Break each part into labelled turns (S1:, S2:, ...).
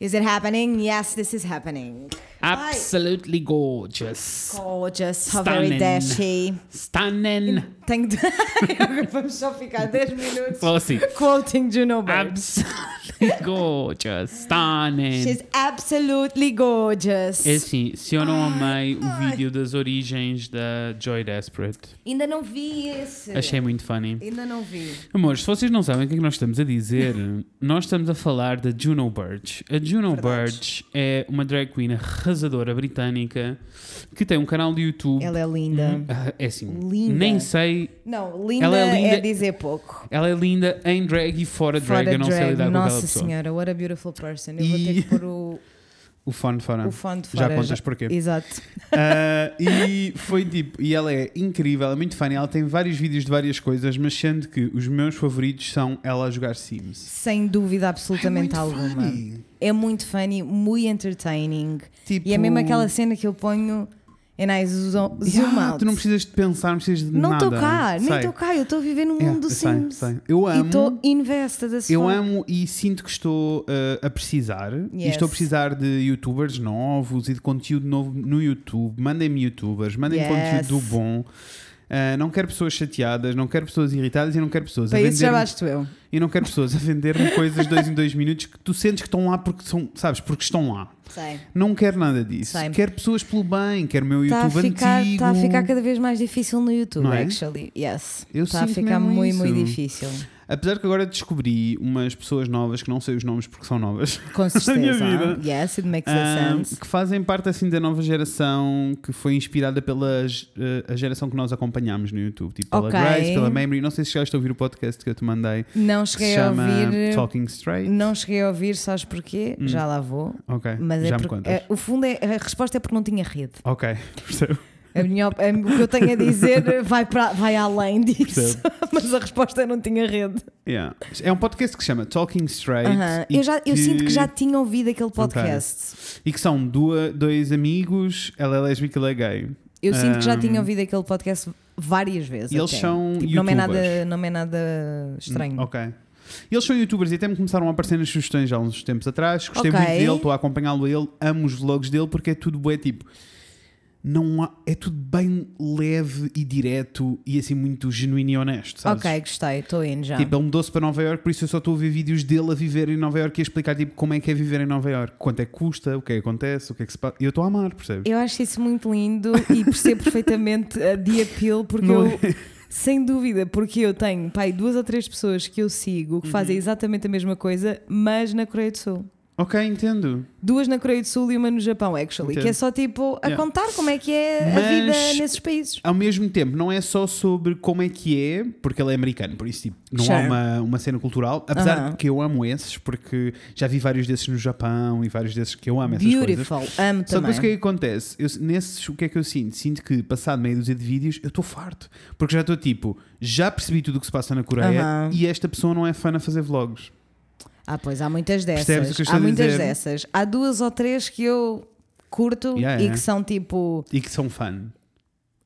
S1: Is it happening? Yes, this is happening.
S2: Absolutely gorgeous.
S1: Gorgeous, how very
S2: Stunning.
S1: dashy.
S2: Stunning.
S1: Tem que... Vamos só ficar 10 minutos
S2: Só assim.
S1: quoting Juno Bird.
S2: Absolutely gorgeous. Stunning.
S1: She's absolutely gorgeous.
S2: É assim, se eu não amei o vídeo das origens da Joy Desperate,
S1: Ainda não vi esse.
S2: achei muito funny.
S1: Ainda não vi.
S2: Amores, se vocês não sabem o que é que nós estamos a dizer, nós estamos a falar da Juno Birch. A Juno
S1: Verdade.
S2: Birch é uma drag queen arrasadora britânica que tem um canal de YouTube.
S1: Ela é linda.
S2: Ah, É assim,
S1: Linda.
S2: nem sei.
S1: Não, linda,
S2: Ela é linda-
S1: é dizer pouco.
S2: Ela é linda em drag e fora de drag.
S1: Fora
S2: eu não sei
S1: drag,
S2: lidar com aquela
S1: Nossa
S2: pessoa.
S1: senhora, what a beautiful person. Eu vou
S2: E-
S1: ter que pôr o,
S2: O fone fora.
S1: o fone é de
S2: Já
S1: fora.
S2: contas porquê.
S1: Exato.
S2: Ah, e foi tipo, e ela é incrível, é muito fã, ela tem vários vídeos de várias coisas, mas sendo que os meus favoritos são ela a jogar Sims.
S1: Sem dúvida absolutamente
S2: É muito
S1: alguma.
S2: funny.
S1: É muito funny, muito entertaining.
S2: Tipo,
S1: E é mesmo aquela cena que eu ponho and I zo- zoom
S2: Yeah,
S1: out.
S2: Tu não precisas de pensar, não precisas de
S1: Não
S2: nada.
S1: estou cá, nem
S2: Sei.
S1: estou cá, eu estou a viver num
S2: Yeah,
S1: mundo
S2: eu sei,
S1: Sims.
S2: sei. Eu
S1: E estou
S2: amo,
S1: invested as
S2: eu
S1: fuck.
S2: amo e sinto que estou uh, a precisar. E
S1: Yes.
S2: estou a precisar de youtubers novos e de conteúdo novo no YouTube. Mandem-me youtubers, mandem-me
S1: Yes.
S2: conteúdo bom. Uh, não quero pessoas chateadas, não quero pessoas irritadas e não quero pessoas
S1: Para
S2: a
S1: isso já
S2: vender-me-
S1: basto eu.
S2: e não quero pessoas a vender-me coisas dois em dois minutos que tu sentes que estão lá porque são, sabes, porque estão lá.
S1: Sei.
S2: Não quero nada disso.
S1: Sei.
S2: Quero pessoas pelo bem, quero o meu
S1: Está a,
S2: YouTube
S1: ficar,
S2: antigo.
S1: tá a ficar cada vez mais difícil no YouTube,
S2: Não é?
S1: actually. Yes.
S2: Eu
S1: Está a
S2: sinto
S1: ficar
S2: mesmo
S1: muito,
S2: isso.
S1: muito difícil.
S2: Apesar que agora descobri umas pessoas novas que não sei os nomes porque são novas.
S1: Com certeza.
S2: minha vida. Um,
S1: Yes, it makes
S2: ahm,
S1: sense.
S2: que fazem parte assim da nova geração que foi inspirada pela ge- eh, a geração que nós acompanhámos no YouTube, tipo pela
S1: Ok.
S2: Grace, pela Memory. Não sei se chegaste a ouvir o podcast que eu te mandei,
S1: Não
S2: que se
S1: cheguei a
S2: chama
S1: ouvir. eh,
S2: Talking Straight.
S1: Não cheguei a ouvir, sabes porquê? Já lá vou.
S2: Hum. Ok,
S1: Mas é
S2: já me
S1: porque,
S2: contas.
S1: é, o fundo é, a resposta é porque não tinha rede.
S2: Ok, percebo.
S1: A minha op- a- o que eu tenho a dizer vai, pra, vai além disso, mas a resposta é não tinha rede.
S2: Yeah. É um podcast que se chama Talking Straight.
S1: Aham.
S2: É e
S1: Eu, já, eu
S2: que-
S1: sinto que já tinha ouvido aquele podcast.
S2: E que são dua- dois amigos, ela é lésbica e ele é gay.
S1: Eu sinto que já
S2: Ahm.
S1: tinha ouvido aquele podcast várias vezes.
S2: E eles
S1: até.
S2: são
S1: Tipo, não, é nada,
S2: youtubers.
S1: não é nada estranho.
S2: Hum, Ok. E Eles são youtubers e até me começaram a aparecer nas sugestões há uns tempos atrás. Gostei
S1: Ok.
S2: muito dele, estou a acompanhá-lo a ele, amo os vlogs dele porque é tudo bué tipo. Não há- é tudo bem leve e direto e assim muito genuíno e honesto, sabes?
S1: Ok, gostei, estou indo já.
S2: Tipo, ele mudou-se para Nova York, por isso eu só estou a ver vídeos dele a viver em Nova York e a explicar tipo, como é que é viver em Nova York, quanto é que custa, o que é que acontece, o que é que se passa. E eu estou a amar, percebes?
S1: Eu acho isso muito lindo e percebo perfeitamente a The Appeal, porque
S2: Não é?
S1: eu, sem dúvida, porque eu tenho pai, duas ou três pessoas que eu sigo que
S2: Uhum.
S1: fazem exatamente a mesma coisa, mas na Coreia do Sul.
S2: Ok, entendo.
S1: Duas na Coreia do Sul e uma no Japão, actually, que é
S2: Entendo.
S1: só tipo a
S2: Yeah.
S1: contar como é que é a
S2: Mas-
S1: vida nesses países.
S2: Ao mesmo tempo, não é só sobre como é que é, porque ele é americano, por isso tipo, não há
S1: Sure.
S2: uma, uma cena cultural. Apesar
S1: Aham.
S2: de que eu amo esses, porque já vi vários desses no Japão e vários desses que eu amo essas coisas.
S1: Beautiful, amo
S2: Só que depois o que é
S1: também.
S2: que acontece? Eu, nesses, o que é que eu sinto? Sinto que, passado meia dúzia de vídeos, eu estou farto. Porque já estou tipo, já percebi tudo o que se passa na Coreia
S1: Aham.
S2: e esta pessoa não é fã a fazer vlogs.
S1: Ah, pois há muitas
S2: Percebes o
S1: dessas.
S2: que eu estou
S1: Há
S2: a
S1: muitas
S2: dizer?
S1: dessas. Há duas ou três que eu curto
S2: Yeah,
S1: e
S2: yeah.
S1: que são tipo
S2: E que são fã.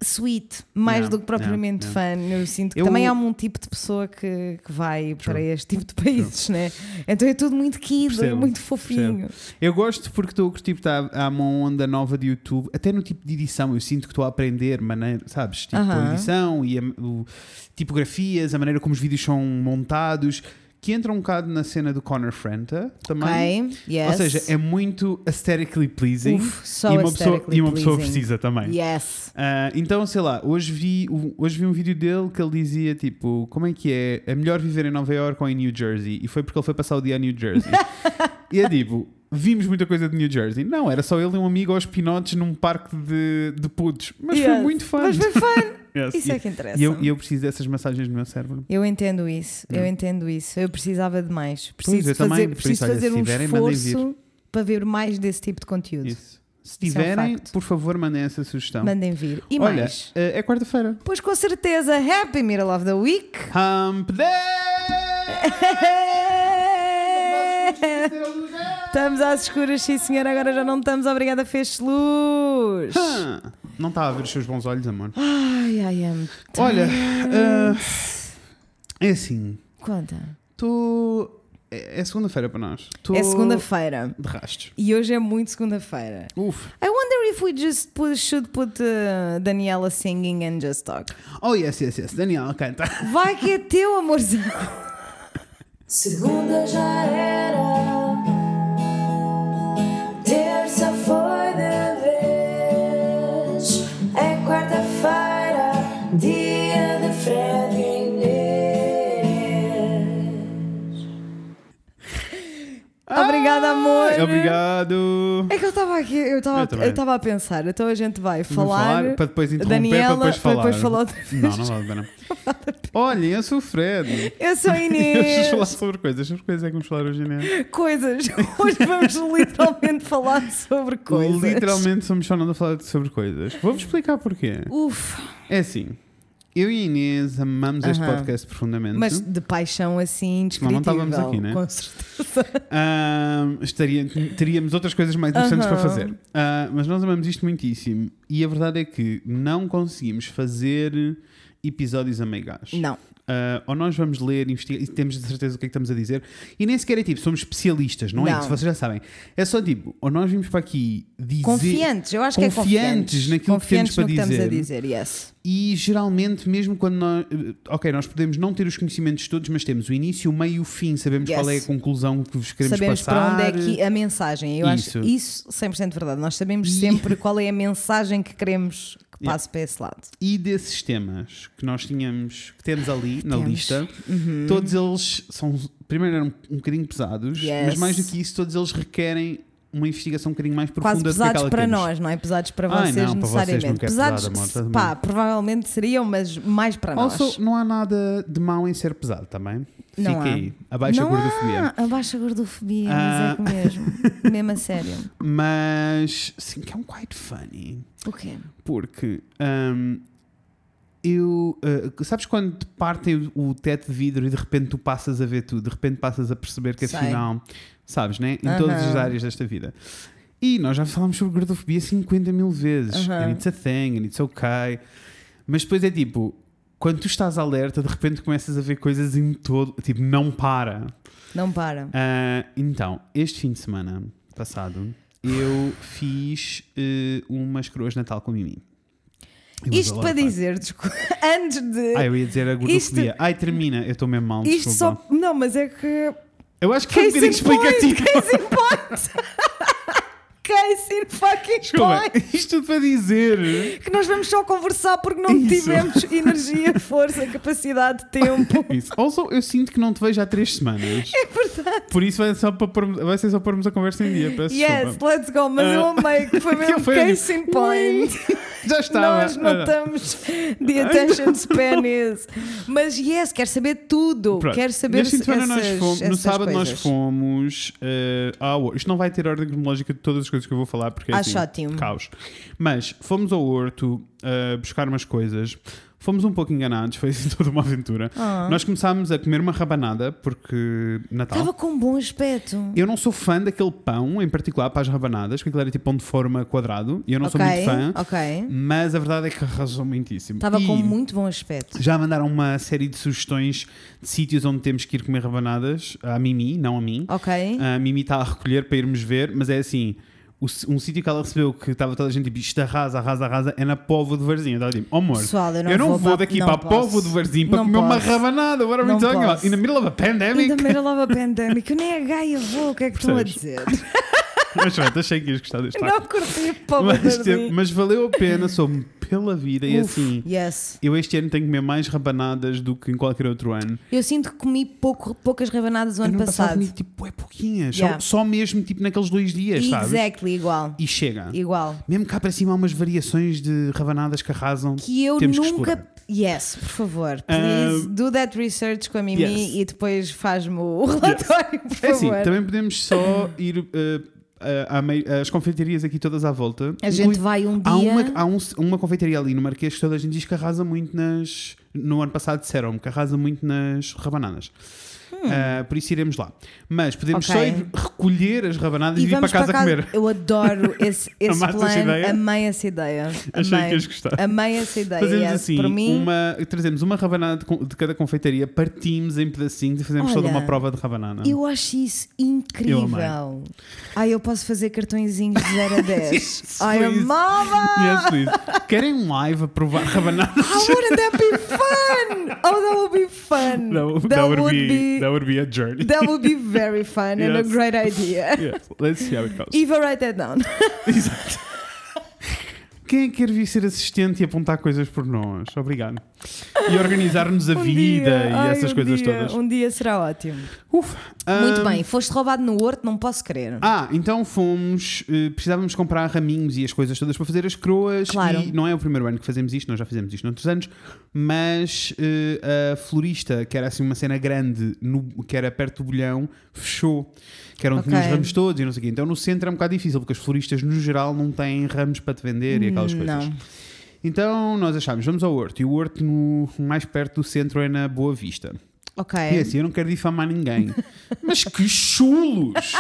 S1: sweet, mais
S2: Yeah,
S1: do que propriamente
S2: yeah,
S1: fã. Eu sinto que
S2: Eu-
S1: também há um tipo de pessoa que, que vai para este tipo de países, né? Então é tudo muito quido, é
S2: Percebo,
S1: muito fofinho.
S2: Eu gosto porque estou a curtir, porque tá- há uma onda nova de YouTube, até no tipo de edição, eu sinto que estou a aprender maneira, sabes? Tipo,
S1: Aham.
S2: a edição e a, o- tipografias, a maneira como os vídeos são montados, que entra um bocado na cena do Connor Franta também.
S1: Ok, yes.
S2: Ou seja, é muito aesthetically pleasing
S1: Uf, so
S2: e, uma pessoa,
S1: aesthetically
S2: e uma pessoa
S1: pleasing.
S2: precisa é? também.
S1: Yes.
S2: Ah, então, sei lá, hoje vi, o- hoje vi um vídeo dele que ele dizia tipo, como é que é? É melhor viver em Nova York ou em New Jersey? E foi porque ele foi passar o dia em New Jersey. e é tipo, vimos muita coisa de New Jersey. Não, era só ele e um amigo aos pinotes num parque de, de putos. Mas foi
S1: Yes.
S2: muito fã.
S1: Mas foi fun.
S2: Yes.
S1: Isso
S2: e,
S1: é que interessa.
S2: e eu, e eu preciso dessas massagens no meu cérebro.
S1: Eu entendo isso, eu entendo isso. Eu precisava de mais. Preciso
S2: Hum. eu
S1: de fazer,
S2: também. Por
S1: preciso
S2: isso,
S1: de
S2: olha,
S1: fazer
S2: se
S1: um
S2: tiverem, mandem vir.
S1: esforço para ver mais desse tipo de conteúdo.
S2: Isso. Se
S1: Isso é um
S2: tiverem,
S1: facto.
S2: por favor, mandem essa sugestão.
S1: Mandem vir. E
S2: Olha,
S1: mais?
S2: eh, é quarta-feira.
S1: Pois com certeza, Happy Middle of the Week!
S2: Hump Day! é
S1: Estamos às escuras, sim senhora, agora já não estamos, obrigada, fez luz!
S2: Ah, Não está a ver os seus bons olhos, amor.
S1: Ai, ai, am.
S2: Olha, ah, é assim,
S1: Conta.
S2: estou É, é segunda-feira para nós. Tô
S1: É segunda-feira.
S2: De rastos.
S1: E hoje é muito segunda-feira.
S2: Uf.
S1: I wonder if we just put, should put uh, Daniela singing and just talk.
S2: Oh, yes, yes, yes. Daniel, tá. canta.
S1: Vai que é teu, amorzão.
S3: Segunda já era, terça foi de vez, é quarta-feira, dia de Fred e Inês.
S1: Obrigada, amor.
S2: Ai, Obrigado.
S1: É que eu estava aqui, eu
S2: Eu
S1: estava
S2: também.
S1: eu estava a pensar, então a gente vai
S2: Vamos
S1: falar,
S2: para depois interromper,
S1: Daniela,
S2: para depois
S1: para
S2: falar.
S1: depois falar outra vez.
S2: Não, não vale a pena. Olha, eu sou o Fred.
S1: Eu sou a
S2: Deixa falar
S1: Inês.
S2: sobre coisas. Sobre coisas é que vamos falar hoje, né?
S1: coisas. Hoje vamos literalmente falar sobre coisas.
S2: Literalmente somos só nada a falar sobre coisas. Vou-vos explicar porquê.
S1: Uf,
S2: É assim. Eu e a Inês amamos este
S1: Aham.
S2: podcast profundamente.
S1: mas de paixão assim,
S2: Então? Senão não
S1: indescritível.
S2: estávamos aqui, né?
S1: Com certeza.
S2: Ahm, estaria- teríamos outras coisas mais interessantes
S1: Aham.
S2: para fazer. Ah, mas nós amamos isto muitíssimo. E a verdade é que não conseguimos fazer episódios amigas.
S1: Não.
S2: Ah, ou nós vamos ler, investigar, e temos de certeza o que é que estamos a dizer. E nem sequer é tipo, somos especialistas, não, é
S1: Não.
S2: isso? Vocês já sabem. É só tipo, ou nós vimos para aqui dizer.
S1: Confiantes, eu acho que é
S2: Confiantes
S1: confiantes.
S2: naquilo que temos
S1: confiantes
S2: para
S1: no que estamos a
S2: dizer.
S1: dizer, yes.
S2: E geralmente, mesmo quando nós. eh, Ok, nós podemos não ter os conhecimentos todos, mas temos o início, o meio e o fim, sabemos
S1: Yes.
S2: qual é a conclusão que vos queremos
S1: sabemos
S2: passar.
S1: para onde é que a mensagem. Eu
S2: Isso.
S1: acho isso 100% verdade. Nós sabemos
S2: E-
S1: sempre qual é a mensagem que queremos que
S2: Yeah.
S1: passe para esse lado.
S2: E desses temas que nós tínhamos, que temos ali na
S1: Temos. Uhum.
S2: lista, todos eles são. Primeiro eram um bocadinho pesados,
S1: Yes.
S2: mas mais do que isso, todos eles requerem uma investigação um bocadinho mais
S1: Quase
S2: profunda do que
S1: pesados
S2: aquela
S1: para
S2: que temos.
S1: nós, não é? Pesados para
S2: Ai,
S1: vocês
S2: não, para vocês
S1: necessariamente.
S2: nunca é
S1: pesados,
S2: pesado, amor, estás a
S1: pá,
S2: mentir.
S1: provavelmente seriam, mas mais para nós.
S2: Also, não há nada de mau em ser pesado também.
S1: Não
S2: Fica
S1: há.
S2: aí, abaixo
S1: não
S2: a gordofobia.
S1: Há. Abaixa a gordofobia,
S2: Ah.
S1: mas é que mesmo. mesmo a sério.
S2: Mas sim, que é um quite funny.
S1: O quê?
S2: Porque hum, eu. uh, sabes quando te partem o teto de vidro e de repente tu passas a ver tudo, de repente passas a perceber que
S1: Sei.
S2: afinal. Sabes, né? Em todas as
S1: Aham.
S2: áreas desta vida. E nós já falámos sobre gordofobia 50 mil vezes.
S1: Aham.
S2: And it's a thing, and it's okay. Mas depois é tipo. Quando tu estás alerta, de repente começas a ver coisas em todo. Tipo, não para.
S1: Não para.
S2: Ah, então, este fim de semana passado, eu fiz eh, umas coroas de Natal com a Mimi. Eu
S1: Isto
S2: adoro,
S1: para
S2: pá.
S1: dizer, desculpa, antes de.
S2: Ai, Ah, eu ia dizer a gordofobia. Ai, termina, eu estou mesmo mal.
S1: isto
S2: desculpa.
S1: só. Não, mas é que.
S2: Eu acho que foi um
S1: Case in
S2: bocadinho
S1: point!
S2: explicativo.
S1: Case in point! Case in fucking
S2: Desculpa,
S1: point!
S2: isto tudo para dizer.
S1: Que nós vamos só conversar porque não
S2: Isso.
S1: tivemos energia, força, capacidade, tempo.
S2: Isso. Also, eu sinto que não te vejo há três semanas.
S1: É verdade.
S2: Por isso vai, só para pormos- vai ser só pormos a conversa em dia. Peço
S1: Yes,
S2: desculpa.
S1: let's go. Mas eu
S2: Ah.
S1: amei que foi mesmo
S2: Que foi?
S1: case in point.
S2: Já estava.
S1: Nós não
S2: Ah,
S1: estamos. The attention span is. Mas yes, quero saber tudo.
S2: Pronto.
S1: Quero saber
S2: Neste fim de semana
S1: essas,
S2: nós fomos, no
S1: essas
S2: sábado
S1: coisas.
S2: nós fomos eh, ao Horto. Isto não vai ter ordem cronológica de todas as coisas que eu vou falar porque é
S1: Acho
S2: assim,
S1: ótimo.
S2: caos. Mas fomos ao Horto eh, buscar umas coisas. Fomos um pouco enganados, foi assim toda uma aventura.
S1: Ah.
S2: Nós começámos a comer uma rabanada porque Natal.
S1: Estava com um bom aspecto.
S2: tá? Eu não sou fã daquele pão, em particular para as rabanadas, porque aquilo era tipo pão de forma quadrado e eu não
S1: ok,
S2: sou muito fã,
S1: ok.
S2: mas a verdade é que arrasou muitíssimo.
S1: Estava
S2: E-
S1: com muito bom aspecto.
S2: já mandaram uma série de sugestões de sítios onde temos que ir comer rabanadas à Mimi, não a mim.
S1: Ok.
S2: A Mimi está a recolher para irmos ver, mas é assim: o s- um sítio que ela recebeu que estava toda a gente tipo isto arrasa, arrasa, arrasa, é na Povo de Varzim. Eu estava tipo, oh, amor,
S1: Pessoal, eu não vou para-
S2: daqui
S1: não
S2: para
S1: posso.
S2: a Povo de Varzim para
S1: Não
S2: comer uma
S1: posso.
S2: rabanada. What are we
S1: Não
S2: talking about?
S1: posso.
S2: In the middle of a pandemic?
S1: Ainda meio lava pandemic. Eu nem a gaia vou. O que é que estão a dizer?
S2: mas pronto, achei que ias gostar deste
S1: Não
S2: facto.
S1: curti para
S2: mas, tipo,
S1: o
S2: mas valeu a pena, soube-me pela vida e assim.
S1: Yes.
S2: Eu este ano tenho que comer mais rabanadas do que em qualquer outro ano.
S1: Eu sinto que comi pouco, poucas rebanadas o ano
S2: ano passado
S1: passado.
S2: comi, tipo, é pouquinhas.
S1: Yeah.
S2: Só, só mesmo tipo naqueles dois dias, sabes?
S1: Exactly igual.
S2: E chega.
S1: Igual.
S2: Mesmo cá para cima há umas variações de rabanadas que arrasam.
S1: que eu
S2: Temos que
S1: nunca.
S2: explorar.
S1: yes, por favor, please
S2: Um,
S1: do that research com a Mimi
S2: yes.
S1: e depois faz-me o relatório, por
S2: é assim,
S1: favor.
S2: também podemos só ir eh, eh, à mei- às confeitarias aqui todas à volta.
S1: a gente
S2: Inclui-
S1: vai um dia.
S2: Há, uma, há um- uma confeitaria ali no Marquês que toda a gente diz que arrasa muito nas. No ano passado disseram-me que arrasa muito nas rabanadas. Eh, por isso iremos lá. Mas podemos
S1: Hum. Ok.
S2: só ir recolher as rabanadas e, ir para
S1: vamos
S2: casa,
S1: casa-
S2: comer.
S1: Eu adoro esse, esse
S2: Amaste essa
S1: plano.
S2: ideia?
S1: Amei essa ideia.
S2: Achei
S1: Amei.
S2: que ias gostar.
S1: Amei essa ideia.
S2: Fazemos
S1: yes.
S2: assim,
S1: Para é, mim,
S2: uma- trazemos uma rabanada de, con- de cada confeitaria, partimos em pedacinhos e fazemos toda
S1: Olha,
S2: uma prova de rabanada.
S1: eu acho isso incrível.
S2: amei.
S1: Ai, eu posso fazer cartõezinhos de 0 a 10.
S2: Isso,
S1: Ai,
S2: foi isso.
S1: amava!
S2: Yes, please. é Querem um live a provar rabanadas?
S1: How would that be fun? Oh, that would be fun.
S2: that would be a journey.
S1: that would be very fun and a
S2: Yes.
S1: great idea.
S2: Yes, let's see how it goes.
S1: Eva, write that down.
S2: Exato. Quem é que quer vir ser assistente e apontar coisas por nós? Obrigado. E organizar-nos a
S1: Um
S2: vida
S1: dia,
S2: e
S1: ai,
S2: essas
S1: um
S2: coisas
S1: dia,
S2: todas. hum,
S1: Um dia será ótimo.
S2: Uf,
S1: Muito
S2: ahm,
S1: bem, foste roubado no horto, não posso crer.
S2: Ah, então fomos. eh, precisávamos comprar raminhos e as coisas todas para fazer as croas.
S1: Claro.
S2: E não é o primeiro ano que fazemos isto, nós já fizemos isto noutros anos. Mas eh, a florista, que era assim uma cena grande, no- que era perto do bolhão, fechou. Que eram
S1: Ok.
S2: tinha os ramos todos e não sei o quê. Então no centro é um bocado difícil, porque as floristas no geral não têm ramos para te vender e aquelas coisas.
S1: Não.
S2: Então nós achámos, vamos ao Horto. E o Horto, no, mais perto do centro, é na Boa Vista.
S1: Ok.
S2: E assim, eu não quero difamar ninguém. Mas que chulos!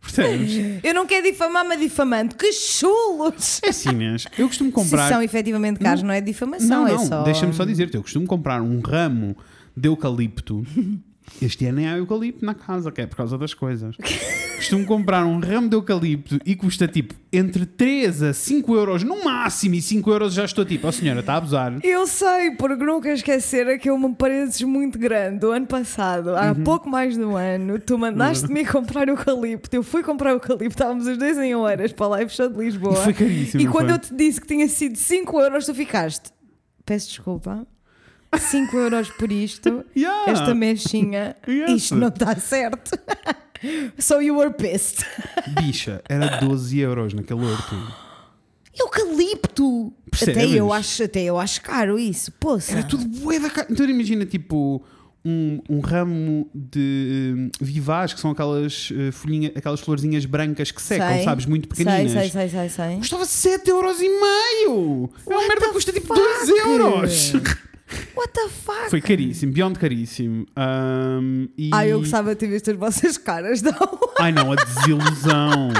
S2: Percebes?
S1: Eu não quero difamar, mas difamante. Que chulos!
S2: É assim, Inês, eu costumo
S1: Se são
S2: comprar.
S1: efetivamente caros, não, é difamação,
S2: Não,
S1: é só.
S2: não, deixa-me só dizer-te, eu costumo comprar um ramo de eucalipto. Este ano nem há eucalipto na casa, que é por causa das coisas. Costumo comprar um ramo de eucalipto e custa tipo entre 3 a 5 euros no máximo. E 5 euros já estou tipo, ó senhora, está a abusar.
S1: Eu sei, porque nunca esquecer aquele uma paredes muito grande do ano passado, há
S2: Uhum.
S1: pouco mais de um ano, tu mandaste-me ir comprar eucalipto. Eu fui comprar eucalipto, estávamos os dois em horas para lá e fechou de Lisboa.
S2: E foi caríssimo.
S1: E
S2: não
S1: quando
S2: foi?
S1: eu te disse que tinha sido 5 euros, tu ficaste. Peço desculpa. 5 euros por isto,
S2: Yeah.
S1: esta mexinha,
S2: Yes.
S1: isto não está certo. so you were pissed.
S2: Bicha, era 12 euros naquele horto.
S1: Eucalipto! Até
S2: Percebes?
S1: eu, acho, até eu acho caro isso. Poça.
S2: Era tudo bué da cara. Então imagina tipo um, um ramo de hum, vivaz, que são aquelas, eh, folhinha, aquelas florzinhas brancas que secam,
S1: Sei.
S2: sabes? Muito
S1: Sei,
S2: pequeninas.
S1: sei, sei, sei, sei.
S2: Custava 7 euros e meio! É uma
S1: What
S2: merda
S1: the
S2: que custa tipo
S1: fuck?
S2: 2 euros!
S1: What the fuck?
S2: Foi caríssimo, beyond caríssimo. Ahm, e...
S1: Ai, eu gostava de ter visto as vossas caras, não?
S2: Ai não, a desilusão,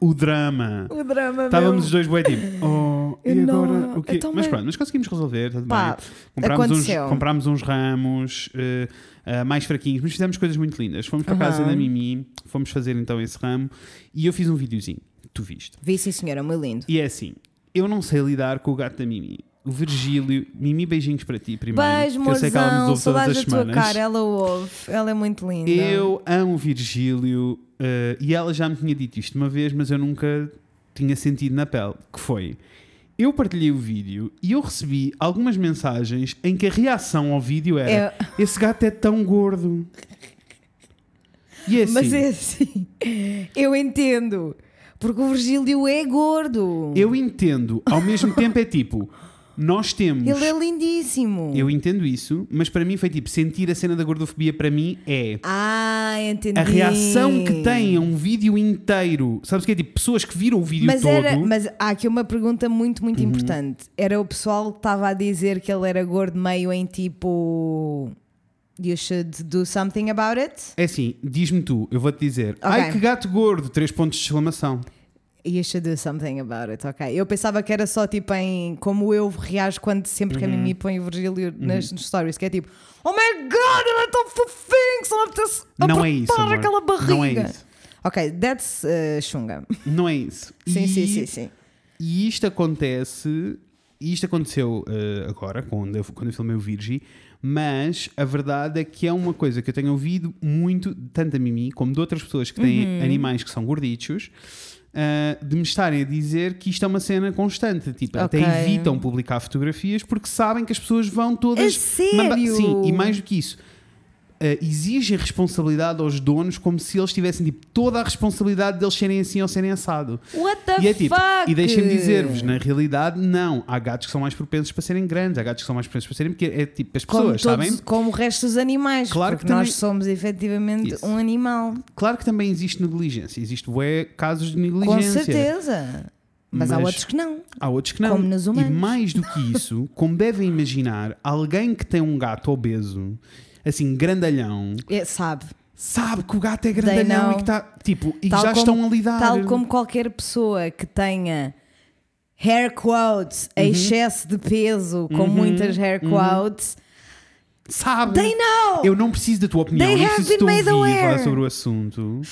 S2: o drama.
S1: O drama
S2: Estávamos os
S1: mesmo.
S2: dois bué tipo, oh,
S1: Eu
S2: e agora
S1: não-
S2: o quê?
S1: então,
S2: mas
S1: mas-
S2: pronto, mas conseguimos resolver, está tudo
S1: Pá,
S2: bem. Comprámos uns,
S1: aconteceu.
S2: comprámos uns ramos eh, ah, mais fraquinhos, mas fizemos coisas muito lindas. Fomos para a casa
S1: Aham.
S2: da Mimi, fomos fazer então esse ramo e eu fiz um videozinho, tu viste.
S1: Vi sim, senhora, muito lindo.
S2: E é assim, eu não sei lidar com o gato da Mimi. O Virgílio, Mimi, beijinhos para ti primeiro.
S1: Beijo,
S2: que eu sei que ela nos
S1: mozão.
S2: ouve todas as
S1: Saudades da tua
S2: semanas.
S1: cara. Ela ouve. Ela é muito linda.
S2: Eu amo o Virgílio eh, e ela já me tinha dito isto uma vez, mas eu nunca tinha sentido na pele. Que foi? Eu partilhei o vídeo e eu recebi algumas mensagens em que a reação ao vídeo era: Esse gato é tão gordo. E é assim,
S1: Mas é assim. Eu entendo. Porque o Virgílio é gordo.
S2: eu entendo, ao mesmo tempo é tipo: Nós temos.
S1: Ele é lindíssimo.
S2: Eu entendo isso, mas para mim foi tipo: sentir a cena da gordofobia para mim é.
S1: Ah, entendi.
S2: A reação que tem a um vídeo inteiro, sabes o que é? Tipo, pessoas que viram o vídeo
S1: Mas,
S2: todo. Uhum.
S1: era, mas há aqui uma pergunta muito, muito importante. Era o pessoal que estava a dizer que ele era gordo, meio em tipo. You should do something about it.
S2: É assim, diz-me tu, eu vou-te dizer. Ai que gato gordo, três pontos de exclamação.
S1: You should do something about it, ok. Eu pensava que era só tipo em como eu reajo quando sempre que a
S2: Uhum.
S1: Mimi põe o Virgílio nas nos stories, que é tipo, oh my god, ele é tão fofinho, que só me apetece
S2: Não
S1: apertar
S2: é isso. Amor.
S1: aquela barriga.
S2: Não é isso.
S1: Ok, that's uh, chunga.
S2: Não é isso.
S1: Sim,
S2: e,
S1: sim, sim, sim.
S2: E isto acontece, e isto aconteceu eh, agora, quando eu, quando eu filmei o Virgi, mas a verdade é que é uma coisa que eu tenho ouvido muito, tanto da Mimi como de outras pessoas que têm
S1: Uhum.
S2: animais que são gordichos. eh, de me estarem a dizer que isto é uma cena constante, tipo,
S1: Ok.
S2: até evitam publicar fotografias porque sabem que as pessoas vão todas.
S1: A É sério?
S2: Mamba- Sim, e mais do que isso, eh, exige responsabilidade aos donos como se eles tivessem tipo, toda a responsabilidade deles serem assim ou serem assado.
S1: What the
S2: E é tipo,
S1: fuck?
S2: e deixem-me dizer-vos, na realidade, não. Há gatos que são mais propensos para serem grandes, há gatos que são mais propensos para serem pequenos. É tipo, as
S1: como,
S2: pessoas,
S1: todos-
S2: sabem?
S1: como o resto dos animais,
S2: Claro
S1: porque
S2: que também-
S1: nós somos efetivamente
S2: Isso.
S1: um animal.
S2: Claro que também existe negligência, existe bué casos de
S1: Com
S2: negligência.
S1: certeza. Mas, há
S2: Mas-
S1: outros que não.
S2: Há outros que não.
S1: Como nos humanos.
S2: E mais do que isso, como devem imaginar, alguém que tem um gato obeso, assim, grandalhão,
S1: É, sabe.
S2: sabe que o gato é
S1: They
S2: grandalhão
S1: know.
S2: e que está. Tipo, e que
S1: Tal
S2: já
S1: como-
S2: estão a lidar.
S1: Tal como qualquer pessoa que tenha hair quotes,
S2: Uhum.
S1: excesso de peso, com muitas hair quotes,
S2: Sabe?
S1: they know!
S2: uhum. Eu não preciso da tua opinião,
S1: They
S2: eu não
S1: have
S2: preciso de te
S1: been made
S2: ouvir
S1: aware.
S2: falar sobre o assunto.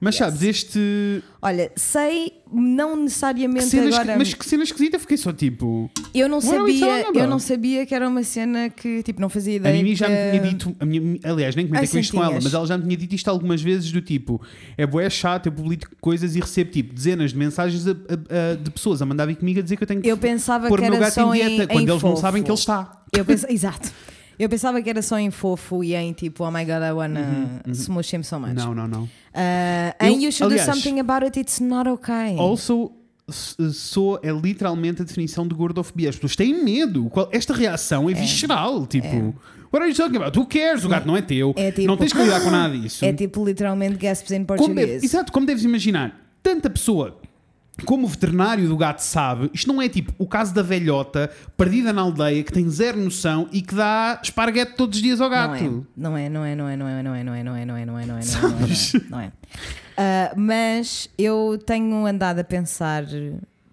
S2: Mas sabes, este.
S1: Olha, sei, não
S2: Que
S1: necessariamente
S2: cena esqui-
S1: agora.
S2: Mas que cena esquisita, fiquei só tipo.
S1: Eu não
S2: What are we
S1: sabia,
S2: talking
S1: eu
S2: about?
S1: não sabia que era uma cena que, tipo, não fazia
S2: A
S1: ideia.
S2: Mimi já me
S1: que-
S2: tinha dito, a minha, aliás, nem comentei
S1: Ai,
S2: com isto com ela,
S1: santinhas.
S2: mas ela já me tinha dito isto algumas vezes: do tipo, é boé chato, eu publico coisas e recebo tipo dezenas de mensagens a- a- a- de pessoas a mandar vir comigo a dizer que eu tenho que
S1: Eu pensava
S2: pôr
S1: que
S2: o meu
S1: era
S2: gato
S1: só
S2: em
S1: em
S2: dieta,
S1: em
S2: quando eles não
S1: fofo.
S2: sabem que ele está.
S1: Eu pensa- Exato. Eu pensava que era só em fofo e em tipo, oh my god, I wanna smush him so much.
S2: Uhum, Não, não, não.
S1: Uh, and
S2: Eu-
S1: you should
S2: aliás-
S1: do something about it, it's not okay.
S2: Also, s- sou é literalmente a definição de gordofobia. As pessoas têm medo. Qual- Esta reação é, visceral. Tipo, what are you talking about? Tu queres, o gato não é teu.
S1: É tipo,
S2: não tens que lidar com nada disso.
S1: É tipo literalmente gasps em
S2: Como deve-
S1: português.
S2: exato, como deves imaginar, tanta pessoa como o veterinário do gato sabe, isto não é tipo o caso da velhota perdida na aldeia que tem zero noção e que dá esparguete todos os dias ao gato.
S1: Não é, não é, não é, não é, não é, não é, não é, não é, não é, não é, não é, não é, não é, não é, não é. Ah, mas eu tenho andado a pensar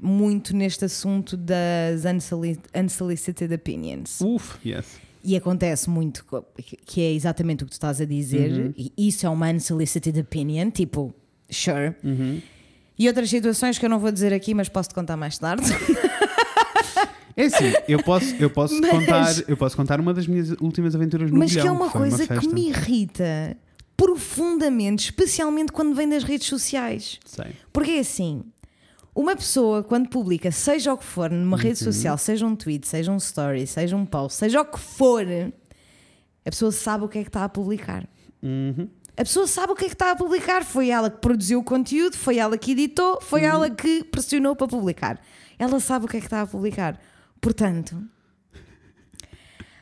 S1: muito neste assunto das unsoli- unsolicited opinions.
S2: Uf, yes.
S1: E acontece muito, co- que- que é exatamente o que tu estás a dizer.
S2: Uhum.
S1: E isso é uma unsolicited opinion, tipo, sure.
S2: Uhum.
S1: E outras situações que eu não vou dizer aqui, mas posso te contar mais tarde.
S2: É assim, eu posso, eu posso
S1: Mas-
S2: contar, eu posso contar uma das minhas últimas aventuras no
S1: Mas que é
S2: Bilhão,
S1: uma
S2: foi
S1: coisa que
S2: festa.
S1: me irrita profundamente, especialmente quando vem das redes sociais.
S2: Sei.
S1: Porque é assim, uma pessoa quando publica, seja o que for, numa rede social, seja um tweet, seja um story, seja um post, seja o que for, a pessoa sabe o que é que está a publicar. A pessoa sabe o que é que está a publicar. Foi ela que produziu o conteúdo, foi ela que editou, foi ela que pressionou para publicar. Ela sabe o que é que está a publicar. Portanto,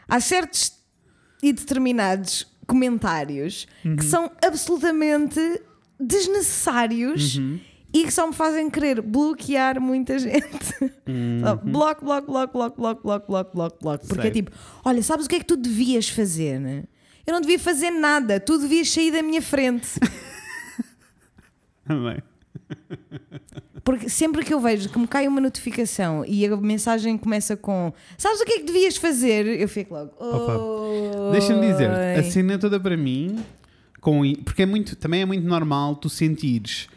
S1: há certos e determinados comentários
S2: Uhum.
S1: que são absolutamente desnecessários
S2: Uhum.
S1: e que só me fazem querer bloquear muita gente.
S2: Uhum.
S1: Só Bloco, bloco, bloco, bloco, bloco, bloco, bloco, bloco, bloco. Porque
S2: Sei.
S1: é tipo, olha, sabes o que é que tu devias fazer? né? Eu não devia fazer nada, tu devias sair da minha frente.
S2: Amém.
S1: Porque sempre que eu vejo que me cai uma notificação e a mensagem começa com sabes o que é que devias fazer? Eu fico logo. "Oi."
S2: Deixa-me dizer, a cena é toda para mim, com, i- porque é muito, também é muito normal tu sentires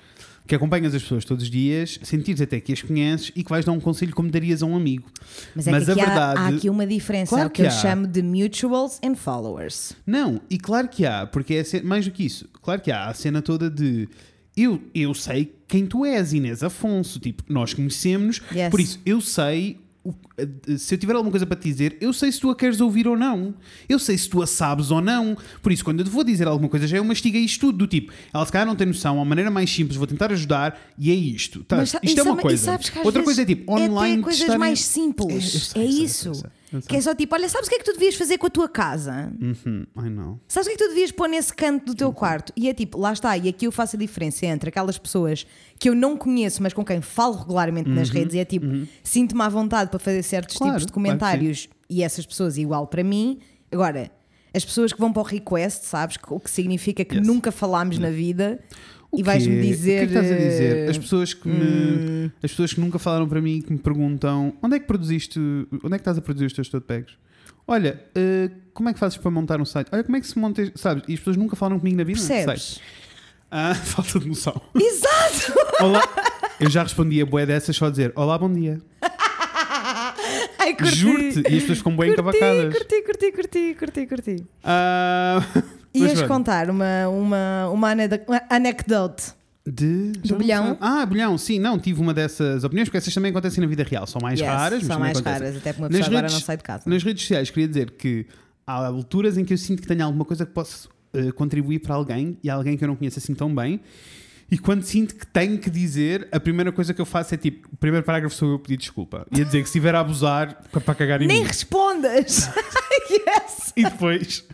S2: que acompanhas as pessoas todos os dias, sentires até que as conheces e que vais dar um conselho como darias a um amigo.
S1: Mas é que
S2: a
S1: aqui há-
S2: verdade.
S1: há, aqui uma diferença,
S2: Claro
S1: é o que,
S2: que
S1: eu
S2: há.
S1: chamo de mutuals and followers.
S2: Não, e claro que há, porque é a cena- mais do que isso, claro que há a cena toda de eu, eu sei quem tu és, Inês Afonso, tipo, nós conhecemos,
S1: Yes.
S2: por isso eu sei. o- eh, Se eu tiver alguma coisa para te dizer, eu sei se tu a queres ouvir ou não. Eu sei se tu a sabes ou não. Por isso, quando eu te vou dizer alguma coisa, já eu mastiga isto tudo. Do tipo, ela se calhar não tem noção, é uma maneira mais simples, vou tentar ajudar e é isto. Tá,
S1: Mas sa-
S2: isto é
S1: e
S2: uma
S1: sabe- e
S2: coisa.
S1: sabes que às
S2: Outra
S1: vezes
S2: coisa é tipo, online.
S1: É
S2: de
S1: até coisas
S2: estarem-
S1: mais
S2: Eu
S1: simples.
S2: sei,
S1: é
S2: eu sei, eu
S1: isso.
S2: sei, eu sei.
S1: Que é só tipo, olha, sabes o que é que tu devias fazer com a tua casa?
S2: Uhum, I know.
S1: Sabes o que é que tu devias pôr nesse canto do teu quarto? E é tipo, lá está, e aqui eu faço a diferença entre aquelas pessoas que eu não conheço, mas com quem falo regularmente nas redes, e é tipo, sinto-me à vontade para fazer certos
S2: Uhum, Claro,
S1: tipos de
S2: claro que sim.
S1: comentários, e essas pessoas igual para mim. Agora, as pessoas que vão para o request, sabes? O que significa que
S2: Yes. Uhum.
S1: nunca falámos na vida,
S2: O
S1: e vais-me
S2: quê?
S1: dizer. Hum.
S2: O que é que estás a dizer?
S1: eh,
S2: As pessoas que me. As pessoas que nunca falaram para mim e que me perguntam onde é que produziste. Onde é que estás a produzir os teus totebags? Olha, eh, como é que fazes para montar um site? Olha, como é que se monta. este- Sabes? E as pessoas nunca falaram comigo na vida. Sei.
S1: Percebes?
S2: Ah, falta de noção.
S1: Exato!
S2: Olá. Eu já respondi a boé dessas só a dizer: Olá, bom dia.
S1: Ai, curti.
S2: Juro-te. E as pessoas ficam bem encavacadas.
S1: Curti, curti, curti, curti, curti.
S2: Ah, mas
S1: Ias
S2: pronto.
S1: contar uma, uma, uma, aneda- uma anecdote.
S2: De. já não
S1: bilhão.
S2: sei. Ah, bilhão, sim, não, tive uma dessas opiniões, porque essas também acontecem na vida real, são mais
S1: Yes,
S2: raras. mas
S1: são
S2: também
S1: mais
S2: acontecem.
S1: raras, até porque uma
S2: Nas
S1: pessoa agora não sai de casa.
S2: Nas redes sociais, queria dizer que há alturas em que eu sinto que tenho alguma coisa que posso eh, contribuir para alguém e alguém que eu não conheço assim tão bem. E quando sinto que tenho que dizer, a primeira coisa que eu faço é tipo: o primeiro parágrafo sou eu a pedir desculpa. E a dizer que se estiver a abusar, para cagar em
S1: Nem
S2: mim.
S1: respondas! yes!
S2: E depois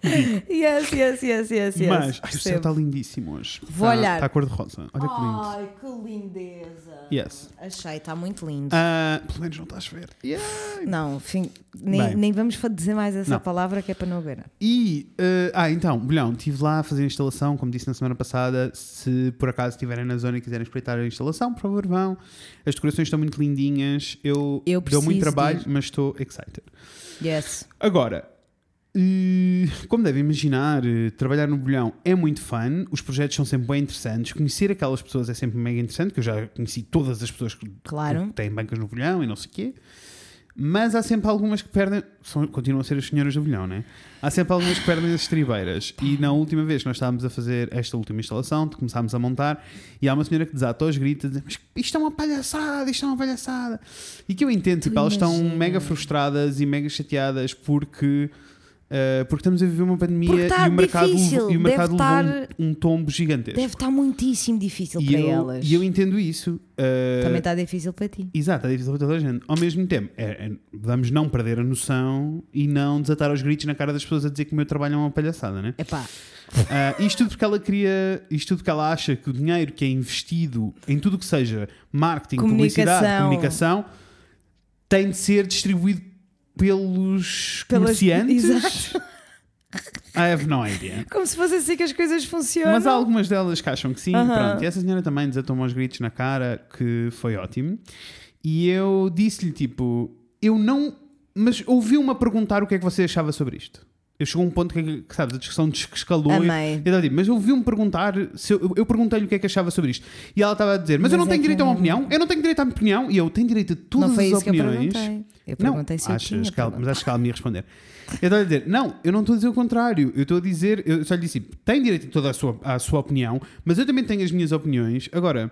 S1: Yes, yes, yes, yes, yes.
S2: Mas, ai, o céu
S1: percebo.
S2: está lindíssimo hoje.
S1: Vou
S2: Está-
S1: olhar. Oh.
S2: Está cor-de-rosa. Olha que lindo.
S1: Ai, que lindeza.
S2: Yes.
S1: Achei, está muito lindo.
S2: Ah, pelo menos não está a chover. Yay!
S1: Não, fim, nem,
S2: Bem.
S1: nem vamos fa- dizer mais essa
S2: Não.
S1: palavra que é para não aguentar.
S2: E, eh, ah, então, Bilhão, estive lá a fazer a instalação, como disse na semana passada. Se por acaso estiverem na zona e quiserem espreitar a instalação, por favor, vão. As decorações estão muito lindinhas. Eu,
S1: Eu
S2: deu
S1: preciso
S2: muito trabalho,
S1: de
S2: mas estou excited.
S1: Yes.
S2: Agora, eh, como devem imaginar, eh, trabalhar no Bolhão é muito fun, os projetos são sempre bem interessantes, conhecer aquelas pessoas é sempre mega interessante, que eu já conheci todas as pessoas que
S1: Claro.
S2: que têm bancas no Bolhão e não sei o quê. Mas há sempre algumas que perdem, são- continuam a ser as senhoras do Bolhão, né? Há sempre algumas que perdem as estribeiras. E na última vez que nós estávamos a fazer esta última instalação, começámos a montar, e há uma senhora que desata aos gritos, a dizer, mas isto é uma palhaçada, isto é uma palhaçada. E que eu entendo, tipo, elas estão
S1: imagina.
S2: mega frustradas e mega chateadas porque, eh, porque estamos a viver uma
S1: Porque
S2: pandemia
S1: está
S2: e o mercado,
S1: difícil,
S2: e o
S1: deve
S2: mercado levou
S1: estar-
S2: um, um tombo gigantesco.
S1: Deve estar muitíssimo difícil
S2: e,
S1: para
S2: eu,
S1: elas.
S2: e eu entendo isso. eh,
S1: Também está difícil para ti.
S2: Exato, é difícil para toda a gente. Ao mesmo tempo, é- é- vamos não perder a noção e não desatar os gritos na cara das pessoas a dizer que o meu trabalho é uma palhaçada, né?
S1: Epá,
S2: Ah, isto tudo porque ela queria, isto tudo porque ela acha que o dinheiro que é investido em tudo o que seja marketing, publicidade,
S1: Comunicação.
S2: comunicação, tem de ser distribuído pelos
S1: Pelas-
S2: comerciantes.
S1: Exato.
S2: I have no idea.
S1: como se fosse assim que as coisas funcionam.
S2: Mas há algumas delas que acham que sim,
S1: Aham.
S2: pronto. E essa senhora também desatou-me aos gritos na cara, que foi ótimo. E eu disse-lhe, tipo, eu não... Mas ouviu-me a perguntar o que é que você achava sobre isto. Eu chegou a um ponto que, que, sabes, a discussão des- que escalou. e-
S1: Amei.
S2: Eu estava a dizer, mas ouviu-me perguntar, se eu, eu- eu perguntei-lhe o que é que achava sobre isto. E ela estava a dizer, mas, eu
S1: Mas
S2: não
S1: é
S2: tenho
S1: que
S2: direito a uma
S1: não-
S2: opinião, eu não tenho direito à minha opinião, e eu tenho direito a todas
S1: não foi
S2: as
S1: isso
S2: opiniões.
S1: que eu perguntei. Eu
S2: Não,
S1: perguntei se eu
S2: achas
S1: tinha.
S2: que ela, mas
S1: perguntado.
S2: acho que ela me ia responder. Eu estou a dizer, não, eu não estou a dizer o contrário. Eu estou a dizer, eu só lhe disse, tem direito a toda a sua, à sua opinião, mas eu também tenho as minhas opiniões. Agora,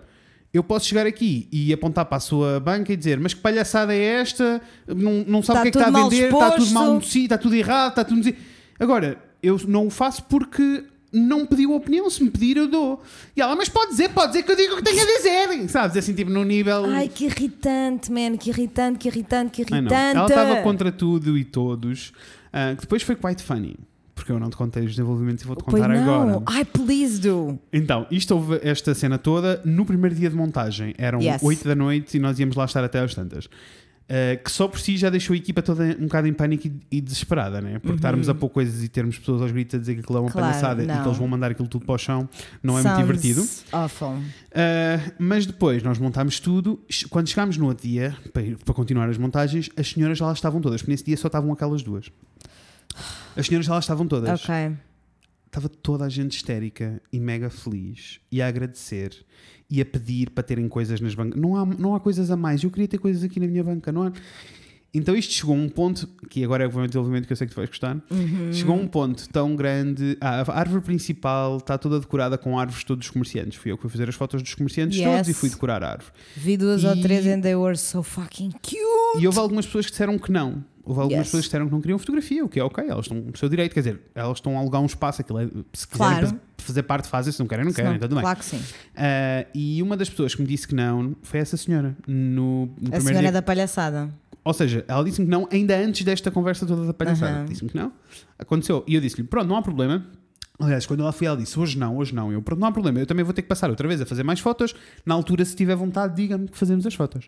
S2: eu posso chegar aqui e apontar para a sua banca e dizer, mas que palhaçada é esta? Não, não
S1: Está
S2: sabe o que é que
S1: Tá tudo
S2: está a
S1: mal
S2: vender, está tudo
S1: exposto."
S2: mal si, está tudo errado, está tudo. no- Agora, eu não o faço porque. Não pediu opinião, se me pedir eu dou. E ela, mas pode dizer, pode dizer que eu digo o que tenho a dizer. Sabes, assim, tipo, num nível.
S1: Ai, que irritante, man. Que irritante, que irritante, que
S2: Ai, não.
S1: irritante.
S2: Ela estava contra tudo e todos, ah, que depois foi quite funny, porque eu não te contei os desenvolvimentos e vou-te
S1: Pois
S2: contar
S1: não.
S2: agora.
S1: Ai, please do.
S2: Então, isto houve esta cena toda no primeiro dia de montagem. Eram
S1: Yes.
S2: 8 da noite e nós íamos lá estar até às tantas. Ah, que só por si já deixou a equipa toda um bocado em pânico e, e desesperada, né? Porque estarmos a pôr coisas e termos pessoas aos gritos a dizer que aquilo é uma
S1: Uhum. Claro,
S2: palhaçada e
S1: não.
S2: que eles vão mandar aquilo tudo para o chão não é
S1: Sounds
S2: muito divertido.
S1: Awful.
S2: Uh, mas depois nós montámos tudo. Ch- Quando chegámos no outro dia, para, ir- para continuar as montagens, as senhoras já lá estavam todas, porque nesse dia só estavam aquelas duas. As senhoras já lá estavam todas.
S1: Ok.
S2: Estava toda a gente histérica e mega feliz e a agradecer e a pedir para terem coisas nas bancas. Não há, não há coisas a mais. Eu queria ter coisas aqui na minha banca, não há. Então isto chegou a um ponto, que agora é o desenvolvimento que eu sei que tu vais gostar,
S1: Uhum.
S2: chegou a um ponto tão grande. ah, a árvore principal está toda decorada com árvores todos os comerciantes. Fui eu que fui fazer as fotos dos comerciantes
S1: Yes.
S2: todos e fui decorar a árvore.
S1: Vi duas ou
S2: E-
S1: três and they were so fucking cute.
S2: E houve algumas pessoas que disseram que não. Houve algumas
S1: Yes.
S2: pessoas que disseram que não queriam fotografia, o que é ok, elas estão no seu direito, quer dizer, elas estão a alugar um espaço, aquilo é, se quiserem
S1: Claro.
S2: fa- fazer parte, fazem, se não querem, não querem,
S1: Não,
S2: então tudo bem.
S1: Claro que sim.
S2: Ah, e uma das pessoas que me disse que não foi essa senhora, no, no
S1: A
S2: primeiro
S1: senhora é
S2: dia
S1: da palhaçada.
S2: Ou seja, ela disse-me que não ainda antes desta conversa toda da palhaçada.
S1: Aham.
S2: Disse-me que não. Aconteceu. E eu disse-lhe, pronto, não há problema. Aliás, quando ela foi, ela disse, hoje não, hoje não. Eu, pronto, não há problema. Eu também vou ter que passar outra vez a fazer mais fotos. Na altura, se tiver vontade, diga-me que fazemos as fotos.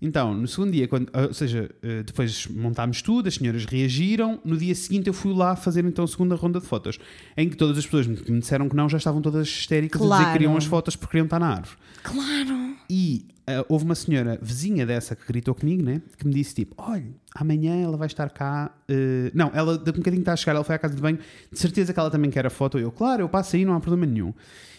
S2: Então, no segundo dia, quando, ou seja, eh, depois montámos tudo, as senhoras reagiram. No dia seguinte, eu fui lá fazer então a segunda ronda de fotos, em que todas as pessoas que me disseram que não já estavam todas histéricas a dizer
S1: Claro.
S2: que queriam as fotos porque queriam estar na árvore.
S1: Claro.
S2: E ah, houve uma senhora vizinha dessa que gritou comigo, né? Que me disse tipo: Olha, amanhã ela vai estar cá. eh, não, ela de um bocadinho está a chegar, ela foi à casa de banho, de certeza que ela também quer a foto. Eu, claro, eu passo aí, não há problema nenhum.